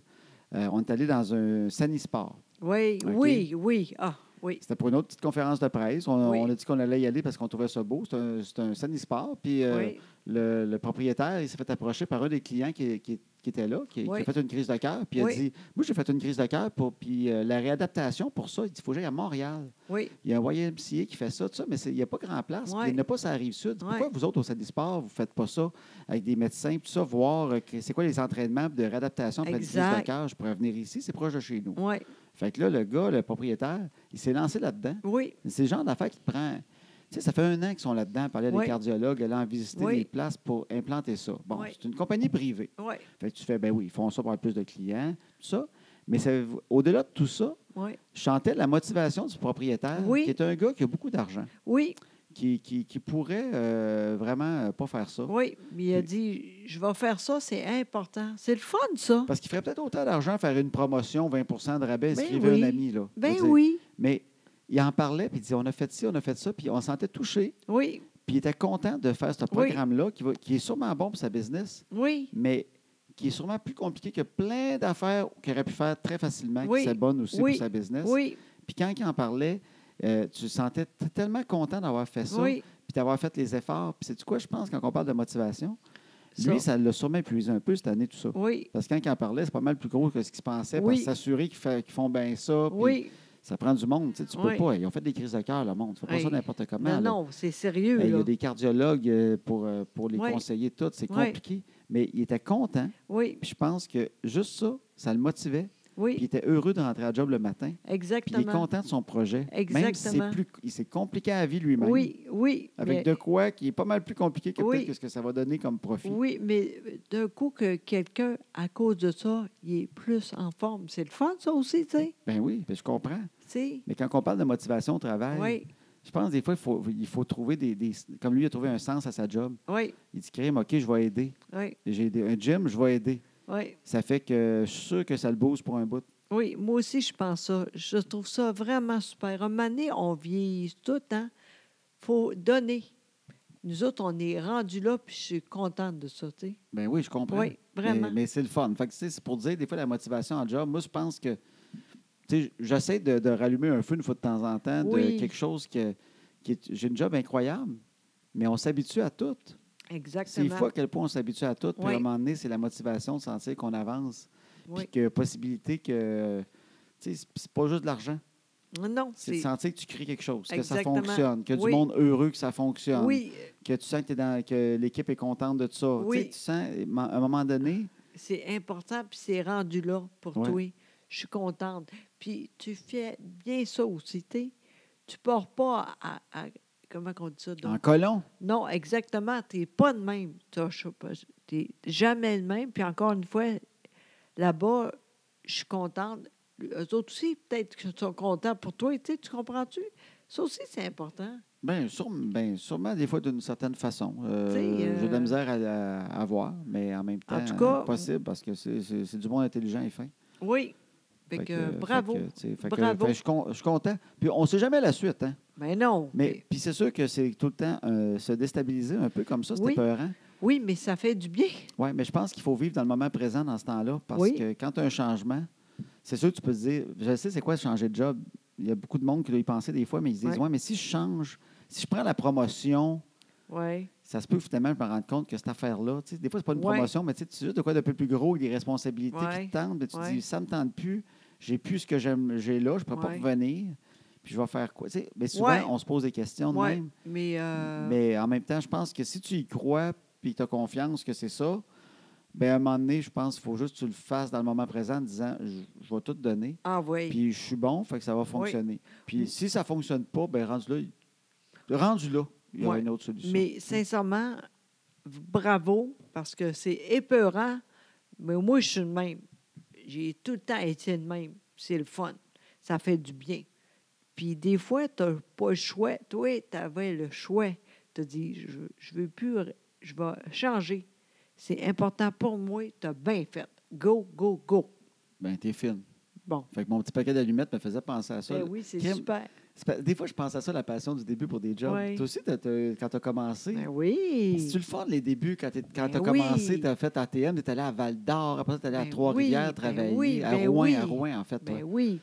Euh, on est allé dans un Sanisport.
Oui,
OK.
oui, oui. Ah, oui.
C'était pour une autre petite conférence de presse. On,
Oui.
on a dit qu'on allait y aller parce qu'on trouvait ça beau. C'est un, c'est un Sanisport. Puis, euh,
oui.
le, le propriétaire, il s'est fait approcher par un des clients qui, qui- qui était là, qui, qui
Oui.
a fait une crise de cœur. Puis, il
Oui.
a dit Moi, j'ai fait une crise de cœur. pour- Puis, euh, la réadaptation pour ça, il dit Il faut que j'aille à Montréal.
Oui,
Il y a un YMCA qui fait ça, tout ça, mais c'est- il n'y a pas grand place.
Ouais.
Puis Il n'y en a pas ça arrive sud.
Ouais.
Pourquoi vous autres, au Salut Sport, vous ne faites pas ça avec des médecins, tout ça, voir euh, que- c'est quoi les entraînements de réadaptation après une crise de
Exact.
cœur? Je pourrais venir ici, c'est proche de chez nous.
oui,
Fait que là, le gars, le propriétaire, il s'est lancé là-dedans.
oui,
C'est le genre d'affaires qui te prend. Tu sais, ça fait un an qu'ils sont là-dedans, parler à des
Ouais.
cardiologues, aller en visiter
Oui.
des places pour implanter ça. Bon,
Ouais.
c'est une compagnie privée.
oui,
Fait que tu fais, ben oui, ils font ça pour avoir plus de clients, tout ça. Mais ça- au-delà de tout ça,
oui.
je sentais la motivation du propriétaire,
Oui.
qui est un gars qui a beaucoup d'argent,
Oui,
qui, qui- qui pourrait euh, vraiment euh, pas faire ça.
oui. Mais il a dit, je vais faire ça, c'est important. C'est le fun, ça.
Parce qu'il ferait peut-être autant d'argent faire une promotion, 20 de rabais,
Ben
écrivez
oui.
un ami. Là, Je
Ben
veux dire.
oui,
Mais il en parlait, puis il disait on a fait ci, on a fait ça, puis on se sentait touché,
oui,
puis il était content de faire ce programme-là qui, va- qui est sûrement bon pour sa business,
oui,
mais qui est sûrement plus compliqué que plein d'affaires qu'il aurait pu faire très facilement,
Oui.
qui sont bonnes aussi
Oui.
pour sa business.
oui,
Puis quand il en parlait, euh, tu te sentais t- tellement content d'avoir fait ça.
oui.
puis d'avoir fait les efforts. Puis c'est quoi, je pense, quand on parle de motivation,
Ça.
lui, ça l'a sûrement épuisé un peu cette année, tout ça.
Oui,
Parce que quand il en parlait, c'est pas mal plus gros que ce qu'il se pensait,
Oui.
parce que s'assurer qu'ils fa- qu'ils font bien ça, puis
oui.
ça prend du monde, tu sais, tu
Oui.
peux pas. Ils ont fait des crises de cœur, le monde. Tu fais pas
Hey.
ça n'importe comment.
Non,
là.
Ben non, c'est sérieux,
Hey, il y
là.
a des cardiologues euh, pour, euh, pour les
Oui.
conseiller tout, c'est
Oui.
compliqué. Mais il était content,
Oui,
puis je pense que juste ça, ça le motivait, puis il
oui,
était heureux de rentrer à job le matin, puis il est
exactement.
content de son projet. Même si
Exactement.
c'est plus- il s'est compliqué à la vie lui-même.
Oui, oui.
Avec
mais-
de quoi qui est pas mal plus compliqué que
Oui.
peut-être que ce que ça va donner comme profit.
Oui, mais euh, d'un coup que quelqu'un, à cause de ça, il est plus en forme. C'est le fun, ça aussi, tu sais.
Ben oui, ben je comprends.
Tu sais.
Mais quand on parle de motivation au travail,
Oui,
je pense des fois, il faut, il faut trouver des, des- Comme lui, il a trouvé un sens à sa job.
oui,
Il dit, crime, OK, je vais aider.
oui,
J'ai aidé- un gym, je vais aider.
oui.
Ça fait que je suis sûr que ça le booste pour un bout.
Oui, moi aussi, je pense ça. Je trouve ça vraiment super. À un moment donné, on vieillit tout le temps. faut donner. Nous autres, on est rendus là, puis je suis contente de ça, tu sais.
Ben oui, je comprends.
Oui, vraiment.
Mais, mais c'est le fun. Fait que, tu sais, c'est pour dire, des fois, la motivation en job, moi, je pense que. tu sais, J'essaie de, de rallumer un feu une fois de temps en temps, de
Oui.
quelque chose que. qui est- J'ai une job incroyable, mais on s'habitue à tout. C'est
Exactement.
une fois à quel point on s'habitue à tout. Puis
Oui.
à un moment donné, c'est la motivation de sentir qu'on avance.
Oui.
Puis que possibilité que. Tu sais, c'est- c'est pas juste de l'argent.
Non,
C'est de
c'est...
sentir que tu crées quelque chose,
Exactement.
que ça fonctionne, que
Oui.
du monde heureux que ça fonctionne,
Oui,
que tu sens que, t'es dans, que l'équipe est contente de ça. Tu sais,
Oui.
Tu sens, à un moment donné,
c'est important, puis c'est rendu là pour
Ouais.
toi. Je suis contente. Puis tu fais bien ça aussi, tu sais. Tu pars pas à, à- Comment on dit ça? donc?
En colon.
Non, exactement. Tu n'es pas de même. Tu n'es jamais le même. Puis encore une fois, là-bas, je suis contente. Eux autres aussi, peut-être qu'ils sont contents pour toi. Tu sais, tu comprends-tu? Ça aussi, c'est important.
Bien, ben, sûrement, des fois, d'une certaine façon. Euh,
Tu sais, euh,
J'ai de la misère à, à- à voir, mais en même temps,
En tout cas,
euh, possible, parce que c'est- c'est c'est du monde intelligent et fin.
Oui. Fait,
Fait
que,
que-
bravo.
fait que, tu sais, fait que-
Bravo.
fait que je suis con- je suis content. Puis on ne sait jamais la suite. Hein?
Mais Ben non.
Mais puis c'est sûr que c'est tout le temps euh, se déstabiliser un peu comme ça, c'est
Oui.
épeurant.
Oui, mais ça fait du bien.
Oui, mais je pense qu'il faut vivre dans le moment présent dans ce temps-là parce
Oui.
que quand tu as un changement, c'est sûr que tu peux te dire, je sais c'est quoi changer de job. Il y a beaucoup de monde qui doit y penser des fois, mais ils se disent,
Ouais.
ouais, mais si je change, si je prends la promotion,
Oui.
ça se peut que finalement je me rende compte que cette affaire-là, tu sais, des fois c'est pas une
Ouais.
promotion, mais tu sais, tu sais, de quoi d'un peu plus gros, avec des responsabilités
Ouais.
qui te tentent, mais tu te
Ouais.
dis, ça me tente plus, j'ai plus ce que j'aime- j'ai là, je ne pourrais
Ouais.
pas revenir, puis je vais faire quoi? Tu sais, mais souvent,
Ouais.
on se pose des questions de
Ouais,
même.
mais, euh,
Mais en même temps, je pense que si tu y crois puis tu as confiance que c'est ça, ben à un moment donné, je pense qu'il faut juste que tu le fasses dans le moment présent en disant je, je vais tout donner,
ah oui. Mm.
puis je suis bon, fait que ça va fonctionner. Puis si ça ne fonctionne pas, ben rendu là, rendu là, il y aura
Ouais.
une autre solution.
mais sincèrement, v- bravo, parce que c'est épeurant, mais moi, je suis le même. J'ai tout le temps été le même. C'est le fun. Ça fait du bien. Puis des fois, tu n'as pas le choix. Toi, tu avais le choix. Tu as dit, je je veux plus, re- je vais changer. C'est important pour moi. Tu as bien fait. Go, go, go.
Ben t'es fine.
Bon.
Fait que mon petit paquet d'allumettes me faisait penser à ça.
Ben
là.
oui, c'est
Kim,
super.
c'est pas- Des fois, je pense à ça, la passion du début pour des jobs.
Ouais.
Toi aussi, t'as- t'as- quand tu as commencé,
Ben oui.
C'est-tu le fun, les débuts, quand tu as
Ben
commencé,
oui.
tu as fait ATM, tu es allé à Val-d'Or, après tu es allé à
Ben
Trois-Rivières
oui, ben
travailler,
oui,
à
ben
Rouen,
oui.
à Rouen, en fait.
Ben
toi.
oui.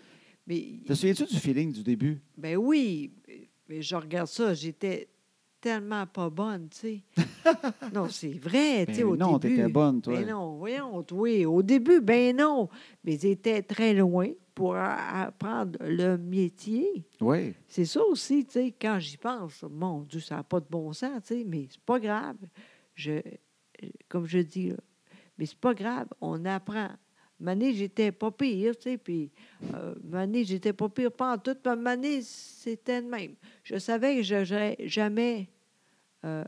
Mais
Te souviens-tu du feeling du début?
Ben oui, mais je regarde ça, j'étais tellement pas bonne, tu sais. non, c'est vrai, tu sais,
Ben
au
non,
début.
t'étais bonne, toi.
Ben non, voyons, oui, au début, ben non. Mais j'étais très loin pour a- apprendre le métier.
Oui.
C'est ça aussi, tu sais, quand j'y pense, mon Dieu, ça n'a pas de bon sens, tu sais, mais c'est pas grave. Je, comme je dis, là, mais c'est pas grave, on apprend. Mané, j'étais pas pire, tu sais, puis euh, Mané, j'étais pas pire pas en tout, mais Mané, c'était le même. Je savais que je j'aurais jamais. euh,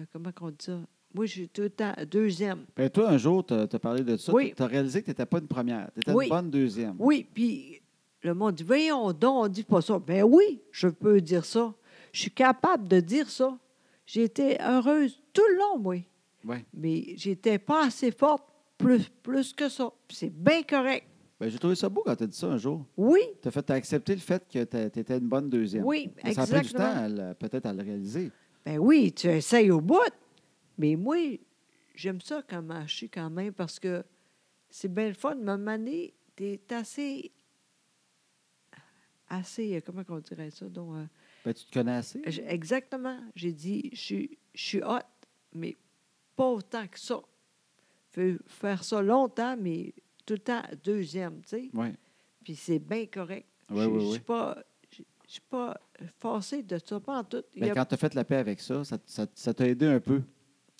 euh, comment qu'on dit ça? Moi, je suis tout le temps deuxième.
Ben, toi, un jour, tu as parlé de ça,
Oui.
tu as réalisé que tu n'étais pas une première, tu étais
Oui.
une bonne deuxième.
Oui, puis le monde dit, voyons donc, on dit pas ça. Ben oui, je peux dire ça. Je suis capable de dire ça. J'ai été heureuse tout le long, oui.
Ouais.
Mais j'étais pas assez forte plus, plus que ça. Puis C'est bien correct.
Ben, J'ai trouvé ça beau quand tu as dit ça un jour.
Oui,
Tu as, accepté le fait que tu étais une bonne deuxième.
oui,
Mais Ça a pris du temps,
exactement.
à le- peut-être, à le réaliser.
Ben oui, tu essayes au bout. Mais moi, j'aime ça comment je suis quand même parce que c'est bien le fun. Ma manée, t'es assez. assez. euh, Comment on dirait ça? Donc, euh,
Ben, tu te connais assez.
J- Exactement. J'ai dit, je suis- je suis hot, mais pas autant que ça. Fais- faire ça longtemps, mais tout le temps deuxième, tu sais.
Oui.
Puis c'est bien correct.
Oui,
Je-
oui,
Je
oui.
suis pas... Je je suis pas forcée de ça, pas en tout. Il y
Ben,
a-
Quand tu as fait la paix avec ça, ça ça- ça t'a aidé un peu,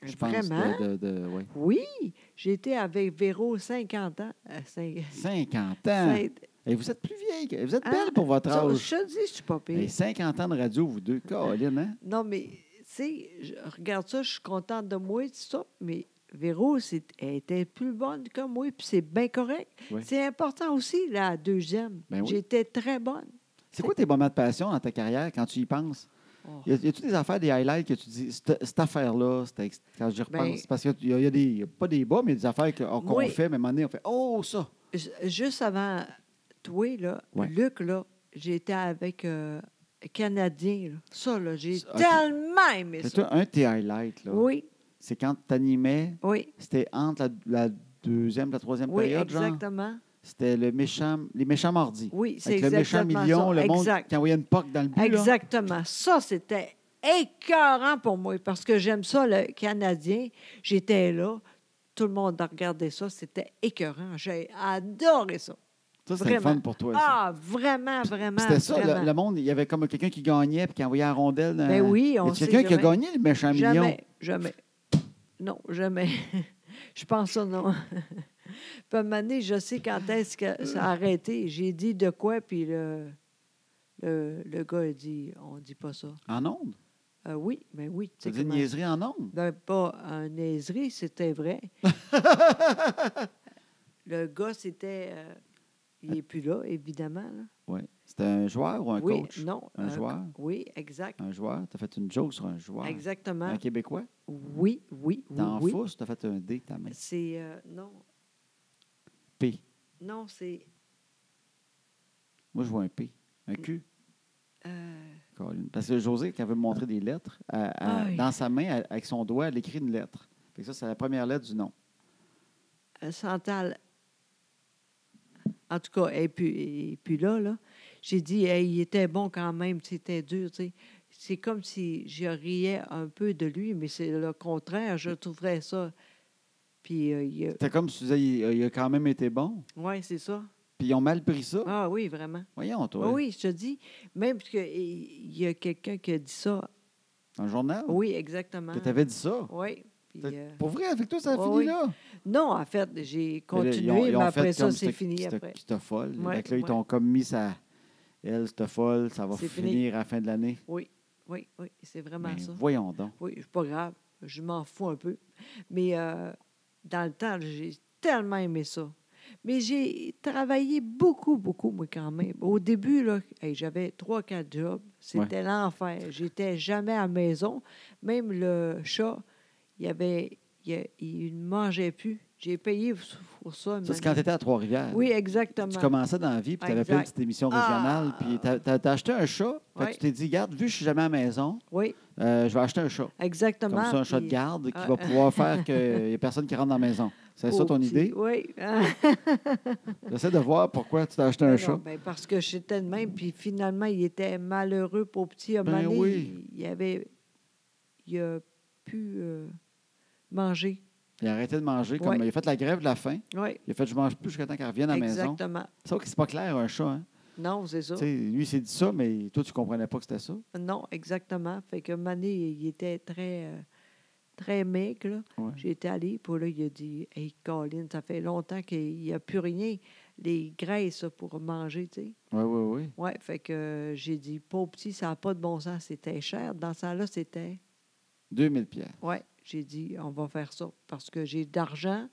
je pense.
Vraiment?
de- de- de- ouais.
Oui! J'ai été avec Véro 50 ans. euh, cinq-
50 ans!
cinq-
Et vous êtes plus vieille. que- Vous êtes
Ah,
belle pour votre
ça,
âge.
Je te dis, je suis pas pire.
Mais 50 ans de radio, vous deux. Caroline, hein?
Non, mais, tu sais, je regarde ça, je suis contente de moi, tout ça, mais Véro, c'est, elle était plus bonne que moi, puis c'est bien correct.
Oui.
C'est important aussi, la deuxième.
Ben oui.
J'étais très bonne.
C'est quoi tes moments de passion dans ta carrière quand tu y penses?
Oh.
Y a- y a-tu des affaires, des highlights que tu dis, cette, cette affaire-là, c'était ex- quand j'y repense?
Ben-
parce qu'il y a, y a des, y a pas des bas, mais il y a des affaires que- oh, qu'on
Oui.
fait, mais à un moment donné, on fait Oh, ça!
Ju- Juste avant toi, là,
Ouais.
Luc, là, j'étais avec euh, Canadien. là. Ça, là, j'ai
Ok.
tellement aimé
C'est
ça.
toi, un de Ah, tes highlights, là.
Oui,
C'est quand tu animais,
oui,
c'était entre la, la deuxième et la troisième
oui,
période, genre.
exactement.
C'était le méchant, les méchants mordis.
Oui, c'est
Avec le méchant
exactement
million,
ça.
le monde
Exact.
qui envoyait une poque dans le but. là.
Exactement. Ça, c'était écœurant pour moi parce que j'aime ça, le Canadien. J'étais là. Tout le monde regardait ça. C'était écœurant. J'ai adoré ça.
Ça, c'était le fun
Vraiment.
pour toi. ça.
Ah, vraiment, vraiment.
Puis C'était ça, le-
vraiment.
le, monde, il y avait comme quelqu'un qui gagnait puis qui envoyait la rondelle. Dans...
Ben oui, on
Y a-t-il
sait
quelqu'un qui a
jamais.
gagné le méchant million.
Jamais, jamais. Non, jamais. je pense ça, non. Puis à un moment donné, je sais quand est-ce que ça a arrêté. J'ai dit de quoi, puis le, euh, le gars a dit on dit pas ça.
En ondes?
Euh, oui, mais oui. tu
Tu
sais
dis une
comment-
niaiserie en ondes?
Ben, pas un niaiserie, c'était vrai. le gars, c'était. euh, il n'est plus là, évidemment. là.
Oui. C'était un joueur ou un
oui,
coach?
non. euh,
Un joueur?
Oui, exact.
Un joueur? Tu as fait une joke sur un joueur.
Exactement.
Un Québécois?
Oui, oui, oui.
Dans
oui.
Fousse, tu as fait un D, ta main.
C'est. euh, non,
P.
non, c'est.
Moi, je vois un P. Un Q.
euh,
Colin. Parce que José, quand elle veut me montrer des lettres, elle- elle-
Aïe.
dans sa main, elle- avec son doigt, elle écrit une lettre. Fait que ça, c'est la première lettre du nom.
euh, Chantal. En tout cas, et puis, et puis là, là, j'ai dit, Hey, il était bon quand même, c'était dur, tu sais. C'est comme si je riais un peu de lui, mais c'est le contraire, je trouverais ça. Puis, euh, il a-
C'était comme si tu disais, il, euh, il a quand même été bon.
ouais, c'est ça.
Puis ils ont mal pris ça.
Ah oui, vraiment.
Voyons, toi.
Ah oui, je te dis, même parce que il il y a quelqu'un qui a dit ça.
Dans le journal.
Oui, exactement.
Que t'avais dit ça.
Oui. puis,
T'as-
euh,
Pour vrai, avec toi, ça a
ouais,
fini
oui.
là.
Non, en fait, j'ai
Mais là,
continué,
ils ont- ils ont
mais après
fait
ça,
comme
c'est
c'était-
fini
c'était-
après.
C'était folle.
Ouais,
Fait que là, ils
ouais.
t'ont comme mis ça. Elle, c'était folle, ça va
C'est
finir
fini.
à la fin de l'année.
Oui, oui, oui, c'est vraiment
Mais
ça.
voyons donc.
Oui, c'est pas grave, je m'en fous un peu. Mais euh, dans le temps, j'ai tellement aimé ça. Mais j'ai travaillé beaucoup, beaucoup, moi, quand même. Au début, là, hey, j'avais trois, quatre jobs. C'était l'enfer. J'étais jamais à la maison. Même le chat, il avait, il, il ne mangeait plus. J'ai payé pour ça.
Ça, c'est
man.
quand t'étais à Trois-Rivières.
Oui,
Tu
exactement.
commençais dans la vie, puis t'avais fait une
Exact.
petite émission
Ah!
régionale, puis t'as- t'as t'as acheté un chat. Fait que
Ouais.
tu t'es dit, garde, vu que je suis jamais à la maison,
Oui,
euh, je vais acheter un chat.
exactement.
Comme ça, un chat de
puis-
garde qui
Ah.
va
Oh,
pouvoir faire qu'il n'y ait personne qui rentre dans la maison. C'est ça
au
ton
petit-
idée?
Oui.
J'essaie de voir pourquoi tu t'as acheté un
Non,
chat.
ben, parce que j'étais de même, puis finalement, il était malheureux pour petit. À un
Ben
moment donné,
oui.
il, il avait. Il a pu euh, manger.
Il a arrêté de manger. Comme,
Ouais.
Il a fait la grève de la faim.
Oui,
Il a fait je mange plus jusqu'à temps qu'elle revienne à la maison.
exactement.
Sauf que c'est pas clair, un chat. Hein?
Non, c'est ça.
Tu sais, Lui, il s'est dit ça, mais toi, tu comprenais pas que c'était ça.
Non, exactement. Fait que Mané, il était très, euh, très maigre. là.
Ouais.
J'étais allée, puis là, il a dit Hey, Colin, ça fait longtemps qu'il n'y a plus rien, les graisses pour manger, tu sais.
Oui, oui, oui.
Ouais, fait que euh, j'ai dit Pauvre petit, ça n'a pas de bon sens, c'était cher. Dans ça là c'était.
2000 pièces.
Ouais, j'ai dit On va faire ça parce que j'ai d'argent.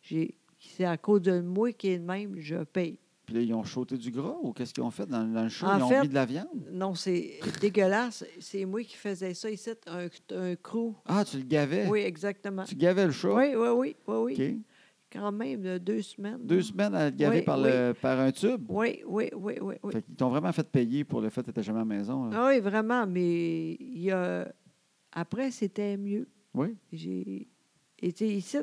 J'ai... C'est à cause de moi qui est le même, je paye.
Puis là, ils ont shooté du gras ou qu'est-ce qu'ils ont fait dans, dans le chat?
En
ils ont
fait-
mis de la viande?
Non, c'est dégueulasse. C'est moi qui faisais ça ici, un, un crew.
Ah, tu le gavais?
Oui, exactement.
Tu gavais le chat?
Oui, oui, oui, oui, oui.
OK.
Quand même, là, deux semaines.
Deux semaines à le gaver
Oui,
par, le, par un tube.
Oui, oui, oui, oui, oui.
Fait qu'ils t'ont vraiment fait payer pour le fait que t'étais jamais à la maison. là.
Ah oui, vraiment, mais il y a... après, c'était mieux.
Oui.
J'ai été ici,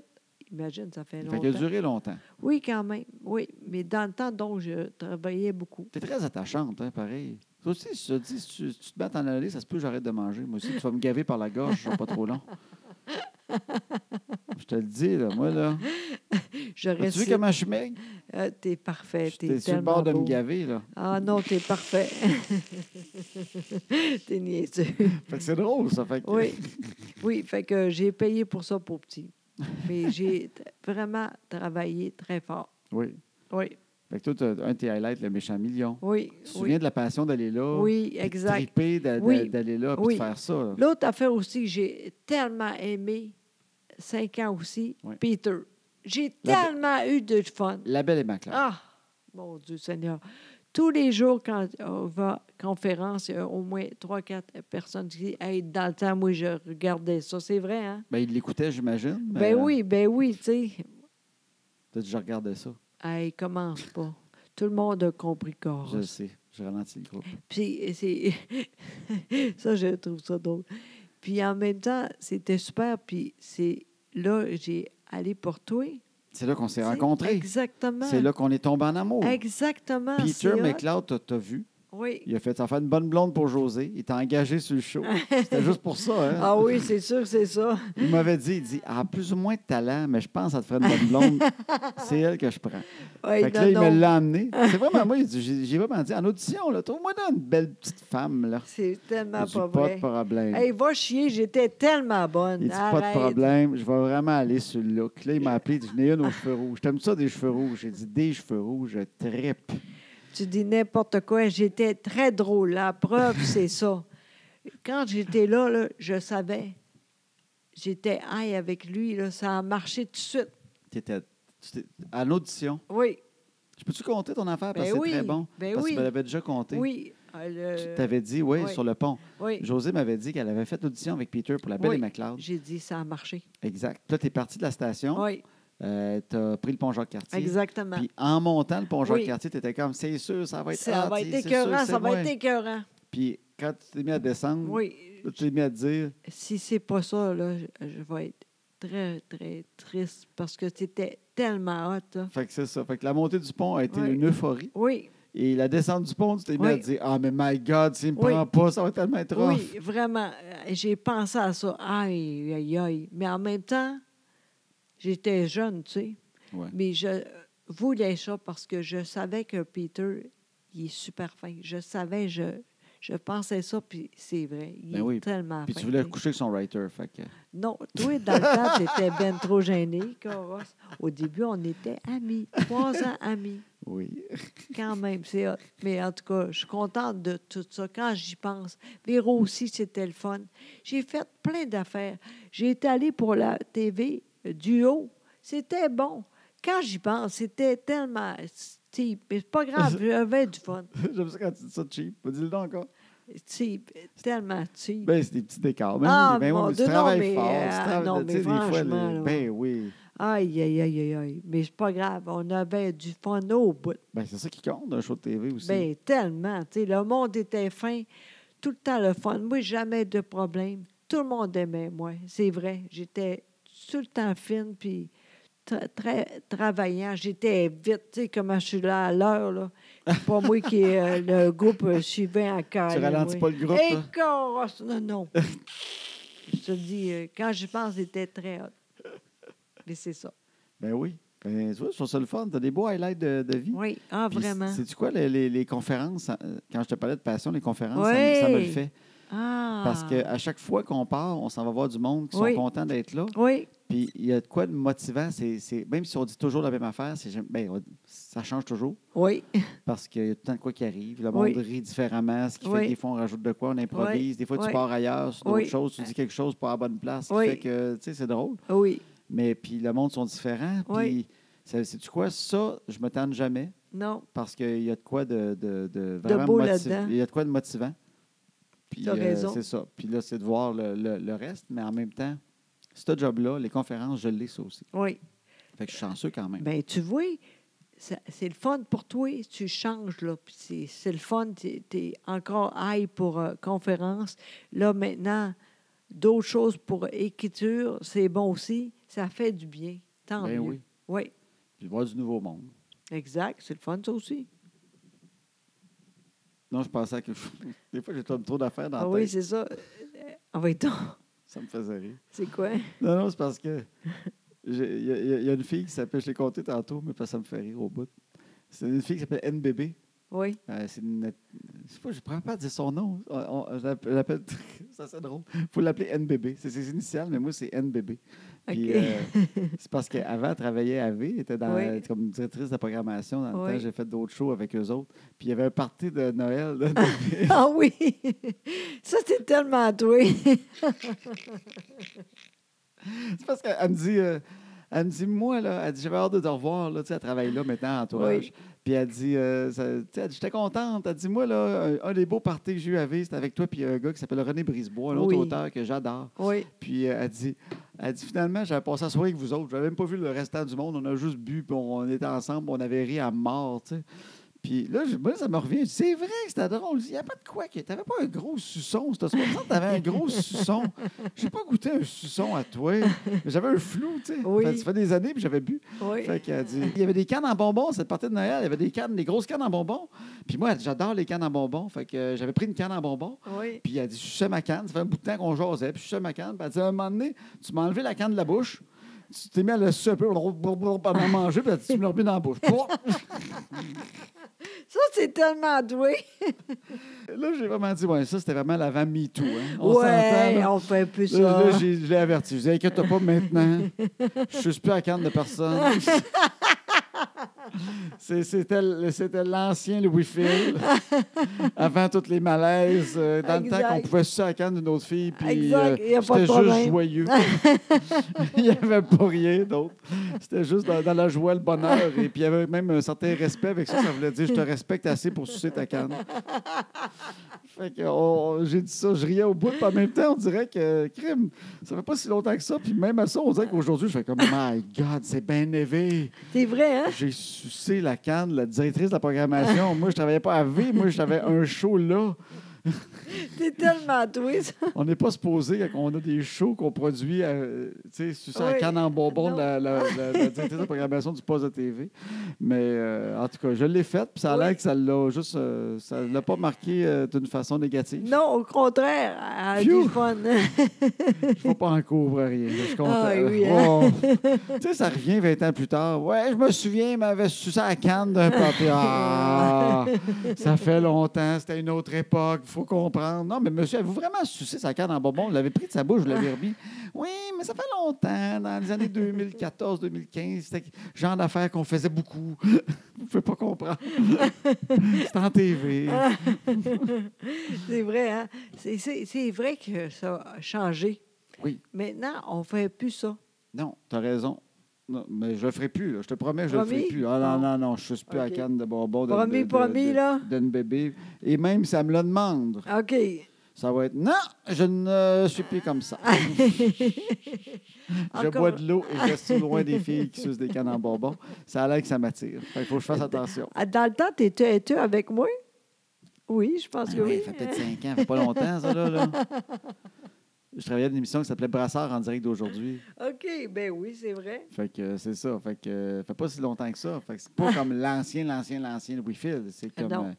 imagine, ça fait
Fait
longtemps.
qu'il a duré longtemps.
Oui, quand même, oui. Mais dans le temps, donc, je travaillais beaucoup.
T'es très attachante, hein, pareil. Toi aussi, si tu, te dis, si tu, si tu te bats en aller, ça se peut que j'arrête de manger. Moi aussi, tu vas me gaver par la gorge, je serai pas trop long. Je te le dis, là, moi, là.
Je
As-tu
restais.
vu comment je suis maigre?
Ah, t'es parfait, t'es
J'étais sur le
tellement
bord de
beau.
me gaver, là.
Ah non, t'es parfait. t'es niaiseux.
Fait que c'est drôle, ça. Fait que-
Oui. Oui, fait que j'ai payé pour ça pour petit. Mais j'ai t- vraiment travaillé très fort.
oui.
Oui,
Fait que toi, t'as un de tes highlights, le méchant million.
oui,
Tu te
oui.
souviens de la passion d'aller là?
Oui,
puis de
exact.
triper d'a- d'a-
Oui.
d'aller là, puis
Oui.
de faire ça. là.
L'autre affaire aussi, j'ai tellement aimé, cinq ans aussi,
Oui.
Peter. J'ai
La-
tellement eu de fun.
La belle et ma Claire.
Ah, mon Dieu Seigneur. Tous les jours, quand on va à conférence, il y a au moins trois, quatre personnes qui disent Hey, dans le temps, moi, je regardais ça. C'est vrai, hein?
Ben, il l'écoutait, j'imagine. mais,
Ben
euh,
oui, ben oui, tu sais.
peut-être que je regardais ça.
Hey, commence pas. Tout le monde a compris
Je le
Corus.
sais. Je ralentis le groupe.
Puis, c'est. ça, je trouve ça drôle. Puis, en même temps, c'était super. Puis, c'est là, j'ai allé pour toi.
C'est là qu'on s'est
C'est
rencontrés.
Exactement.
C'est là qu'on est tombé en amour.
Exactement. c'est
Peter
hot.
McLeod t'a- t'a vu.
Oui.
Il a fait, ça fait une bonne blonde pour José. Il t'a engagé sur le show. C'était juste pour ça. Hein?
Ah oui, c'est sûr, c'est ça.
Il m'avait dit, il dit, ah, plus ou moins de talent, mais je pense que ça te ferait une bonne blonde. C'est elle que je prends.
Ouais,
Fait que
non,
là, il
non.
me l'a amené. C'est vraiment moi, il dit, j'ai j'ai vraiment dit, en audition, là, trouve-moi donc une belle petite femme. Là.
C'est
Il
tellement
dit,
pas
pas
vrai.
de problème.
Hey, va chier, j'étais tellement bonne.
Il dit, pas
Arrête.
de problème, je vais vraiment aller sur le look. Là, il m'a appelé, il dit, j'en ai une aux cheveux rouges. T'aimes ça, des cheveux rouges? J'ai dit, des cheveux rouges, je trippe.
Tu dis n'importe quoi. J'étais très drôle. La preuve, c'est ça. Quand j'étais là, là, je savais. J'étais high avec lui. Là, ça a marché tout de suite.
T'étais- tu t'es- à l'audition.
Oui,
Je peux-tu compter ton affaire parce
Ben
que c'est
oui,
très bon?
ben
parce que
oui.
tu me l'avais déjà compté.
oui. Euh,
Tu
le-
t'avais dit, oui,
oui.
sur le pont.
oui.
José m'avait dit qu'elle avait fait l'audition avec Peter pour La Belle
Oui.
et McLeod.
J'ai dit, ça a marché.
Exact. Puis Là, tu es parti de la station.
Oui,
tu as pris le pont Jacques-Cartier.
exactement.
Puis en montant le pont
Oui.
Jacques-Cartier, tu étais comme, c'est sûr, ça va être
ça
hot,
va être
c'est- c'est
écœurant,
sûr, c'est Mm.
ça va
moi.
être écœurant.
Puis quand tu t'es mis à descendre,
Oui,
là, tu t'es mis à te dire,
si c'est pas ça, là, je, je vais être très, très triste parce que c'était tellement hot. là.
fait que c'est ça. Fait que la montée du pont a été
Oui.
une euphorie.
Oui,
Et la descente du pont, tu t'es mis
Oui.
à te dire, ah, mais my God, s'il me
Oui.
prend pas, ça va être tellement être rough.
oui, vraiment. euh, J'ai pensé à ça. Aïe, aïe, aïe. Mais en même temps, j'étais jeune, tu sais.
Ouais.
Mais je voulais ça parce que je savais que Peter, il est super fin. Je savais, je, je pensais ça, puis c'est vrai. Il
Ben
est
oui,
tellement
Puis
fin.
tu voulais
tu sais.
coucher avec son writer. Fait que...
Non, toi, dans le temps, tu étais ben trop gêné, Coros. Au début, on était amis, trois ans amis,
Oui.
quand même, c'est hot. Mais en tout cas, je suis contente de tout ça quand j'y pense. Véro aussi, c'était le fun. J'ai fait plein d'affaires. J'ai été allée pour la TV euh, duo. C'était bon. Quand j'y pense, c'était tellement cheap. Mais c'est pas grave, j'avais du fun.
J'aime ça quand tu dis ça cheap. Bah, Dis-le donc encore.
Cheap, tellement cheap.
Ben, c'est des petits décors. Ben,
Ah,
oui, ben, oui,
mon
mais tu
Dieu, non,
travailles
mais,
fort.
euh,
tu travailles,
non,
tu
mais
sais, des fois, le-
franchement, là.
ben oui.
Aïe, aïe, aïe, aïe, aïe. Mais c'est pas grave, on avait du fun au bout.
Ben, c'est ça qui compte d'un show de TV aussi.
Bien, Ben, tellement. tu sais, le monde était fin, tout le temps le fun. Moi, jamais de problème. Tout le monde aimait, moi. C'est vrai. J'étais tout le temps fine, puis tra- très travaillant. J'étais vite, tu sais, comment je suis là à l'heure, là. C'est pas moi qui euh, le groupe euh, suivait en cœur.
tu ralentis pas le groupe.
Hé,
hein?
Coros! Non, non. je te dis, euh, quand je pense, c'était très hot. Mais c'est ça.
Ben oui. Ben, tu vois, je trouve ça le fun. T'as des beaux highlights de, de vie.
Oui, ah,
Puis,
vraiment.
Sais-tu quoi, les, les- les conférences, euh, quand je te parlais de passion, les conférences, ça me-
Oui.
ça, me le fait.
Ah!
Parce qu'à chaque fois qu'on part, on s'en va voir du monde qui sont
Oui.
contents d'être là.
Oui,
Puis il y a de quoi de motivant. c'est- c'est- même si on dit toujours la même affaire, c'est jamais- ben, on- ça change toujours.
oui.
Parce qu'il y a tout le temps de quoi qui arrive. Le monde
Oui.
rit différemment, ce qui
Oui.
fait que des fois, on rajoute de quoi, on improvise. Des fois, tu
Oui.
pars ailleurs sur d'autres
Oui.
choses, tu dis quelque chose pas à la bonne place, ce qui
Oui.
fait que, tu sais, c'est drôle.
Oui.
Mais puis, le monde sont différents.
Oui.
Puis, ça- sais-tu quoi? Ça, je me tente jamais
Non.
parce qu'il y a de quoi de, de, de vraiment
beau
motiv-
là-dedans.
Il y a de quoi de motivant. Puis, euh,
T'as raison.
c'est ça. Puis là, c'est de voir le, le- le reste, mais en même temps, ce job-là, les conférences, je l'ai, ça aussi.
Oui.
Fait que je suis chanceux quand même.
Bien, Ben, tu vois, ça- c'est le fun pour toi. Tu changes, là. puis C'est c'est le fun. Tu es encore high pour euh, conférence. Là, maintenant, d'autres choses pour écriture, c'est bon aussi. Ça fait du bien. Tant
Ben
mieux.
oui.
Oui,
Puis, voir du nouveau monde.
exact. C'est le fun, ça aussi.
Non, je pensais à quelque chose. Des fois, j'ai trop trop d'affaires dans
Ah
la
oui,
tête.
c'est ça. En fait,
Ça me faisait rire.
c'est quoi?
Non, non, c'est parce que j'ai- il y, a- il y a- il y a une fille qui s'appelle, je l'ai comptée tantôt, mais parce que ça me fait rire au bout. C'est une fille qui s'appelle NBB.
Oui.
Euh, c'est une- je sais pas, je ne pas à dire son nom. On- on- je l'app- je l'appelle, ça c'est drôle. Il faut l'appeler NBB. C'est ses initiales, mais moi c'est NBB. Puis,
OK.
euh, c'est parce qu'avant, elle travaillait à V, elle était dans,
Oui.
elle était comme directrice de programmation. Dans le
Oui.
temps, j'ai fait d'autres shows avec eux autres. Puis il y avait un party de Noël. là, de-
Ah oui! ça, c'est tellement toi.
C'est parce qu'elle me dit, euh, elle me dit, moi, là, elle dit, j'avais hâte de te revoir, là, tu sais, elle travaille là maintenant, entourage.
Oui.
Puis elle dit, euh, ça- tu sais, elle dit, j'étais contente. Elle dit, moi, là, un, un des beaux parties que j'ai eu à V, c'était avec toi, puis un gars qui s'appelle René Brisebois, un autre
Oui.
auteur que j'adore.
oui.
Puis euh, elle dit, elle dit, finalement, j'avais passé la soirée avec vous autres. J'avais même pas vu le restant du monde. On a juste bu, puis on, était ensemble, on avait ri à mort, tu sais. Puis là, je- moi, ça me revient. Je dis, C'est vrai que c'était drôle. Il n'y a pas de quoi. que- T'avais pas un gros suçon. C'était tu avais un gros suçon. Je n'ai pas goûté un suçon à toi. mais J'avais un flou, tu sais.
Oui.
Fait- Ça fait des années, puis j'avais bu.
Oui.
Fait qu'elle dit, il y avait des cannes en bonbons, cette partie de Noël, il y avait des cannes, des grosses cannes en bonbons. Puis moi, elle dit, j'adore les cannes en bonbons. Fait que euh, j'avais pris une canne en bonbons.
Oui.
Puis elle dit, je suçais ma canne. Ça fait un bout de temps qu'on jasait. Puis je suçais ma canne. Puis elle dit, à un moment donné, tu m'as enlevé la canne de la bouche. Tu t'es mis à le sucer un peu, pendant manger, puis elle dit, tu me l'as remis dans la bouche.
Ça, c'est tellement doué.
Là, j'ai vraiment dit, ouais, ça, c'était vraiment l'avant MeToo. Hein? On s'entend.
ouais,
là.
on fait plus ça.
Là, là, j'ai- je l'ai averti. Je lui ai dit, inquiète pas maintenant. Je suis plus à la canne de personne. C'est- C'était le- c'était l'ancien Louis-Phil, avant tous les malaises. euh, dans le temps
Exact.
qu'on pouvait sucer à la canne d'une autre fille, puis euh,
Exact, il y a pas
c'était
de
juste
problème.
joyeux. il n'y avait pas rien d'autre. C'était juste dans, dans la joie, le bonheur. Et puis il y avait même un certain respect avec ça. Ça voulait dire je te respecte assez pour sucer ta canne. Fait que on- on- j'ai dit ça, je riais au bout, puis en même temps, on dirait que crime, ça fait pas si longtemps que ça. Puis même à ça, on dirait qu'aujourd'hui, je fais comme My God, c'est bien élevé.
C'est vrai, hein?
J'ai sucé la canne, la directrice de la programmation. Moi, je travaillais pas à V, moi, j'avais un show là.
C'est tellement twist.
On n'est pas supposé, quand on a des shows qu'on produit, euh, tu sais, sucer la
Oui.
canne en bonbon de
Non.
la, la- la- la directrice de la programmation du poste de TV. Mais euh, en tout cas, je l'ai faite, puis ça a
Oui.
l'air que ça l'a juste, euh, ça l'a pas marqué euh, d'une façon négative.
Non, au contraire, elle a
Phew!
du fun.
Je ne vais pas en cours pour rien. Je suis content.
Ah oui,
Oh. tu sais, ça revient 20 ans plus tard. Ouais, je me souviens, il m'avait sucé à la canne d'un papier. Ah, ça fait longtemps, c'était une autre époque, il faut comprendre. Non, mais monsieur, avez-vous vraiment sucé sa canne en bonbon? Vous l'avez pris de sa bouche, vous l'avez remis. Oui, mais ça fait longtemps, dans les années 2014-2015, c'était le genre d'affaires qu'on faisait beaucoup. vous ne pouvez pas comprendre. C'est en TV.
C'est vrai, hein? C'est- C'est c'est vrai que ça a changé.
Oui.
Maintenant, on ne fait plus ça.
Non, tu as raison. Non, mais je le ferai plus. là. Je te promets, je le ferai
Promis?
plus. Ah non,
Bon.
non, non, je suis plus à la
OK.
canne de bonbon de,
Promis,
de- de-
promis,
de-
là?
d'une bébé. Et même si elle me le demande,
OK.
ça va être non, je ne suis plus comme ça. je
Encore-
bois de l'eau et je reste loin des filles qui sucent des cannes en bonbon. Ça a l'air que ça m'attire. Il faut que je fasse attention.
Ah, Dans le temps, t'étais- étais-tu avec moi? Oui, je pense que
Ben oui,
oui.
Ça fait peut-être 5 ans, ça fait pas longtemps, ça, là. là. Je travaillais dans une émission qui s'appelait Brassard en direct d'aujourd'hui.
OK, ben oui, c'est vrai.
Fait que euh, c'est ça. Fait que euh, fait pas si longtemps que ça. Fait que c'est pas comme l'ancien, l'ancien, l'ancien Louis Phil. C'est
Ah
comme.
non.
euh,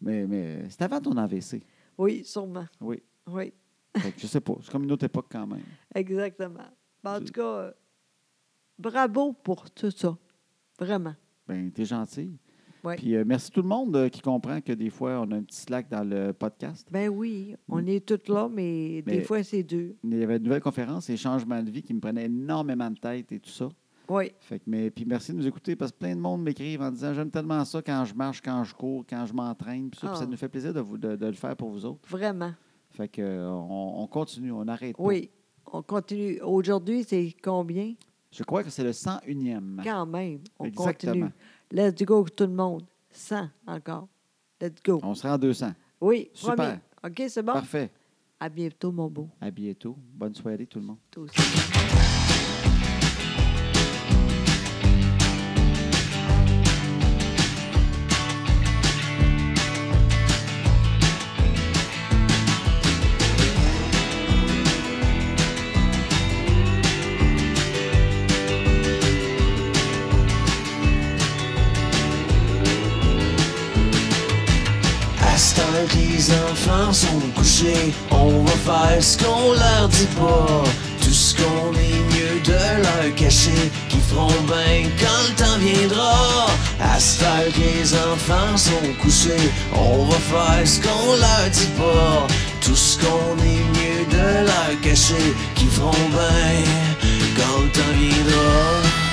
mais mais c'est avant ton AVC.
Oui, sûrement.
Oui.
Oui,
Fait que je sais pas. C'est comme une autre époque quand même.
exactement. Ben, en
Je-
tout cas, euh, bravo pour tout ça. Vraiment.
Ben, t'es gentil.
Oui.
Puis euh, merci tout le monde euh, qui comprend que des fois, on a un petit slack dans le podcast.
Ben oui, on est toutes là, mais,
Mm. Mais-
des fois, c'est dur.
Il y avait une nouvelle conférence, les changements de vie qui me prenaient énormément de tête et tout ça.
Oui,
Fait que, mais, puis merci de nous écouter parce que plein de monde m'écrivent en disant j'aime tellement ça quand je marche, quand je cours, quand je m'entraîne. Puis ça, puis ça
Ah.
nous fait plaisir de, vous- de- de le faire pour vous autres.
vraiment.
Fait que, euh, on, on continue, on arrête pas.
Oui, on continue. Aujourd'hui, c'est combien?
Je crois que c'est le 101e.
Quand même, on
Exactement.
continue. Let's go, tout le monde. 100 encore. Let's go.
On sera en 200.
Oui,
Super.
premier. OK, c'est bon?
Parfait.
À bientôt, mon beau.
À bientôt. Bonne soirée, tout le monde.
Toi aussi.
À ce temps que les enfants sont couchés, on va faire ce qu'on leur dit pas. Tout ce qu'on est mieux de leur cacher, qui feront bien quand le temps viendra. À ce temps que les enfants sont couchés, on va faire ce qu'on leur dit pas. Tout ce qu'on est mieux de leur cacher, qui feront bien quand le temps viendra.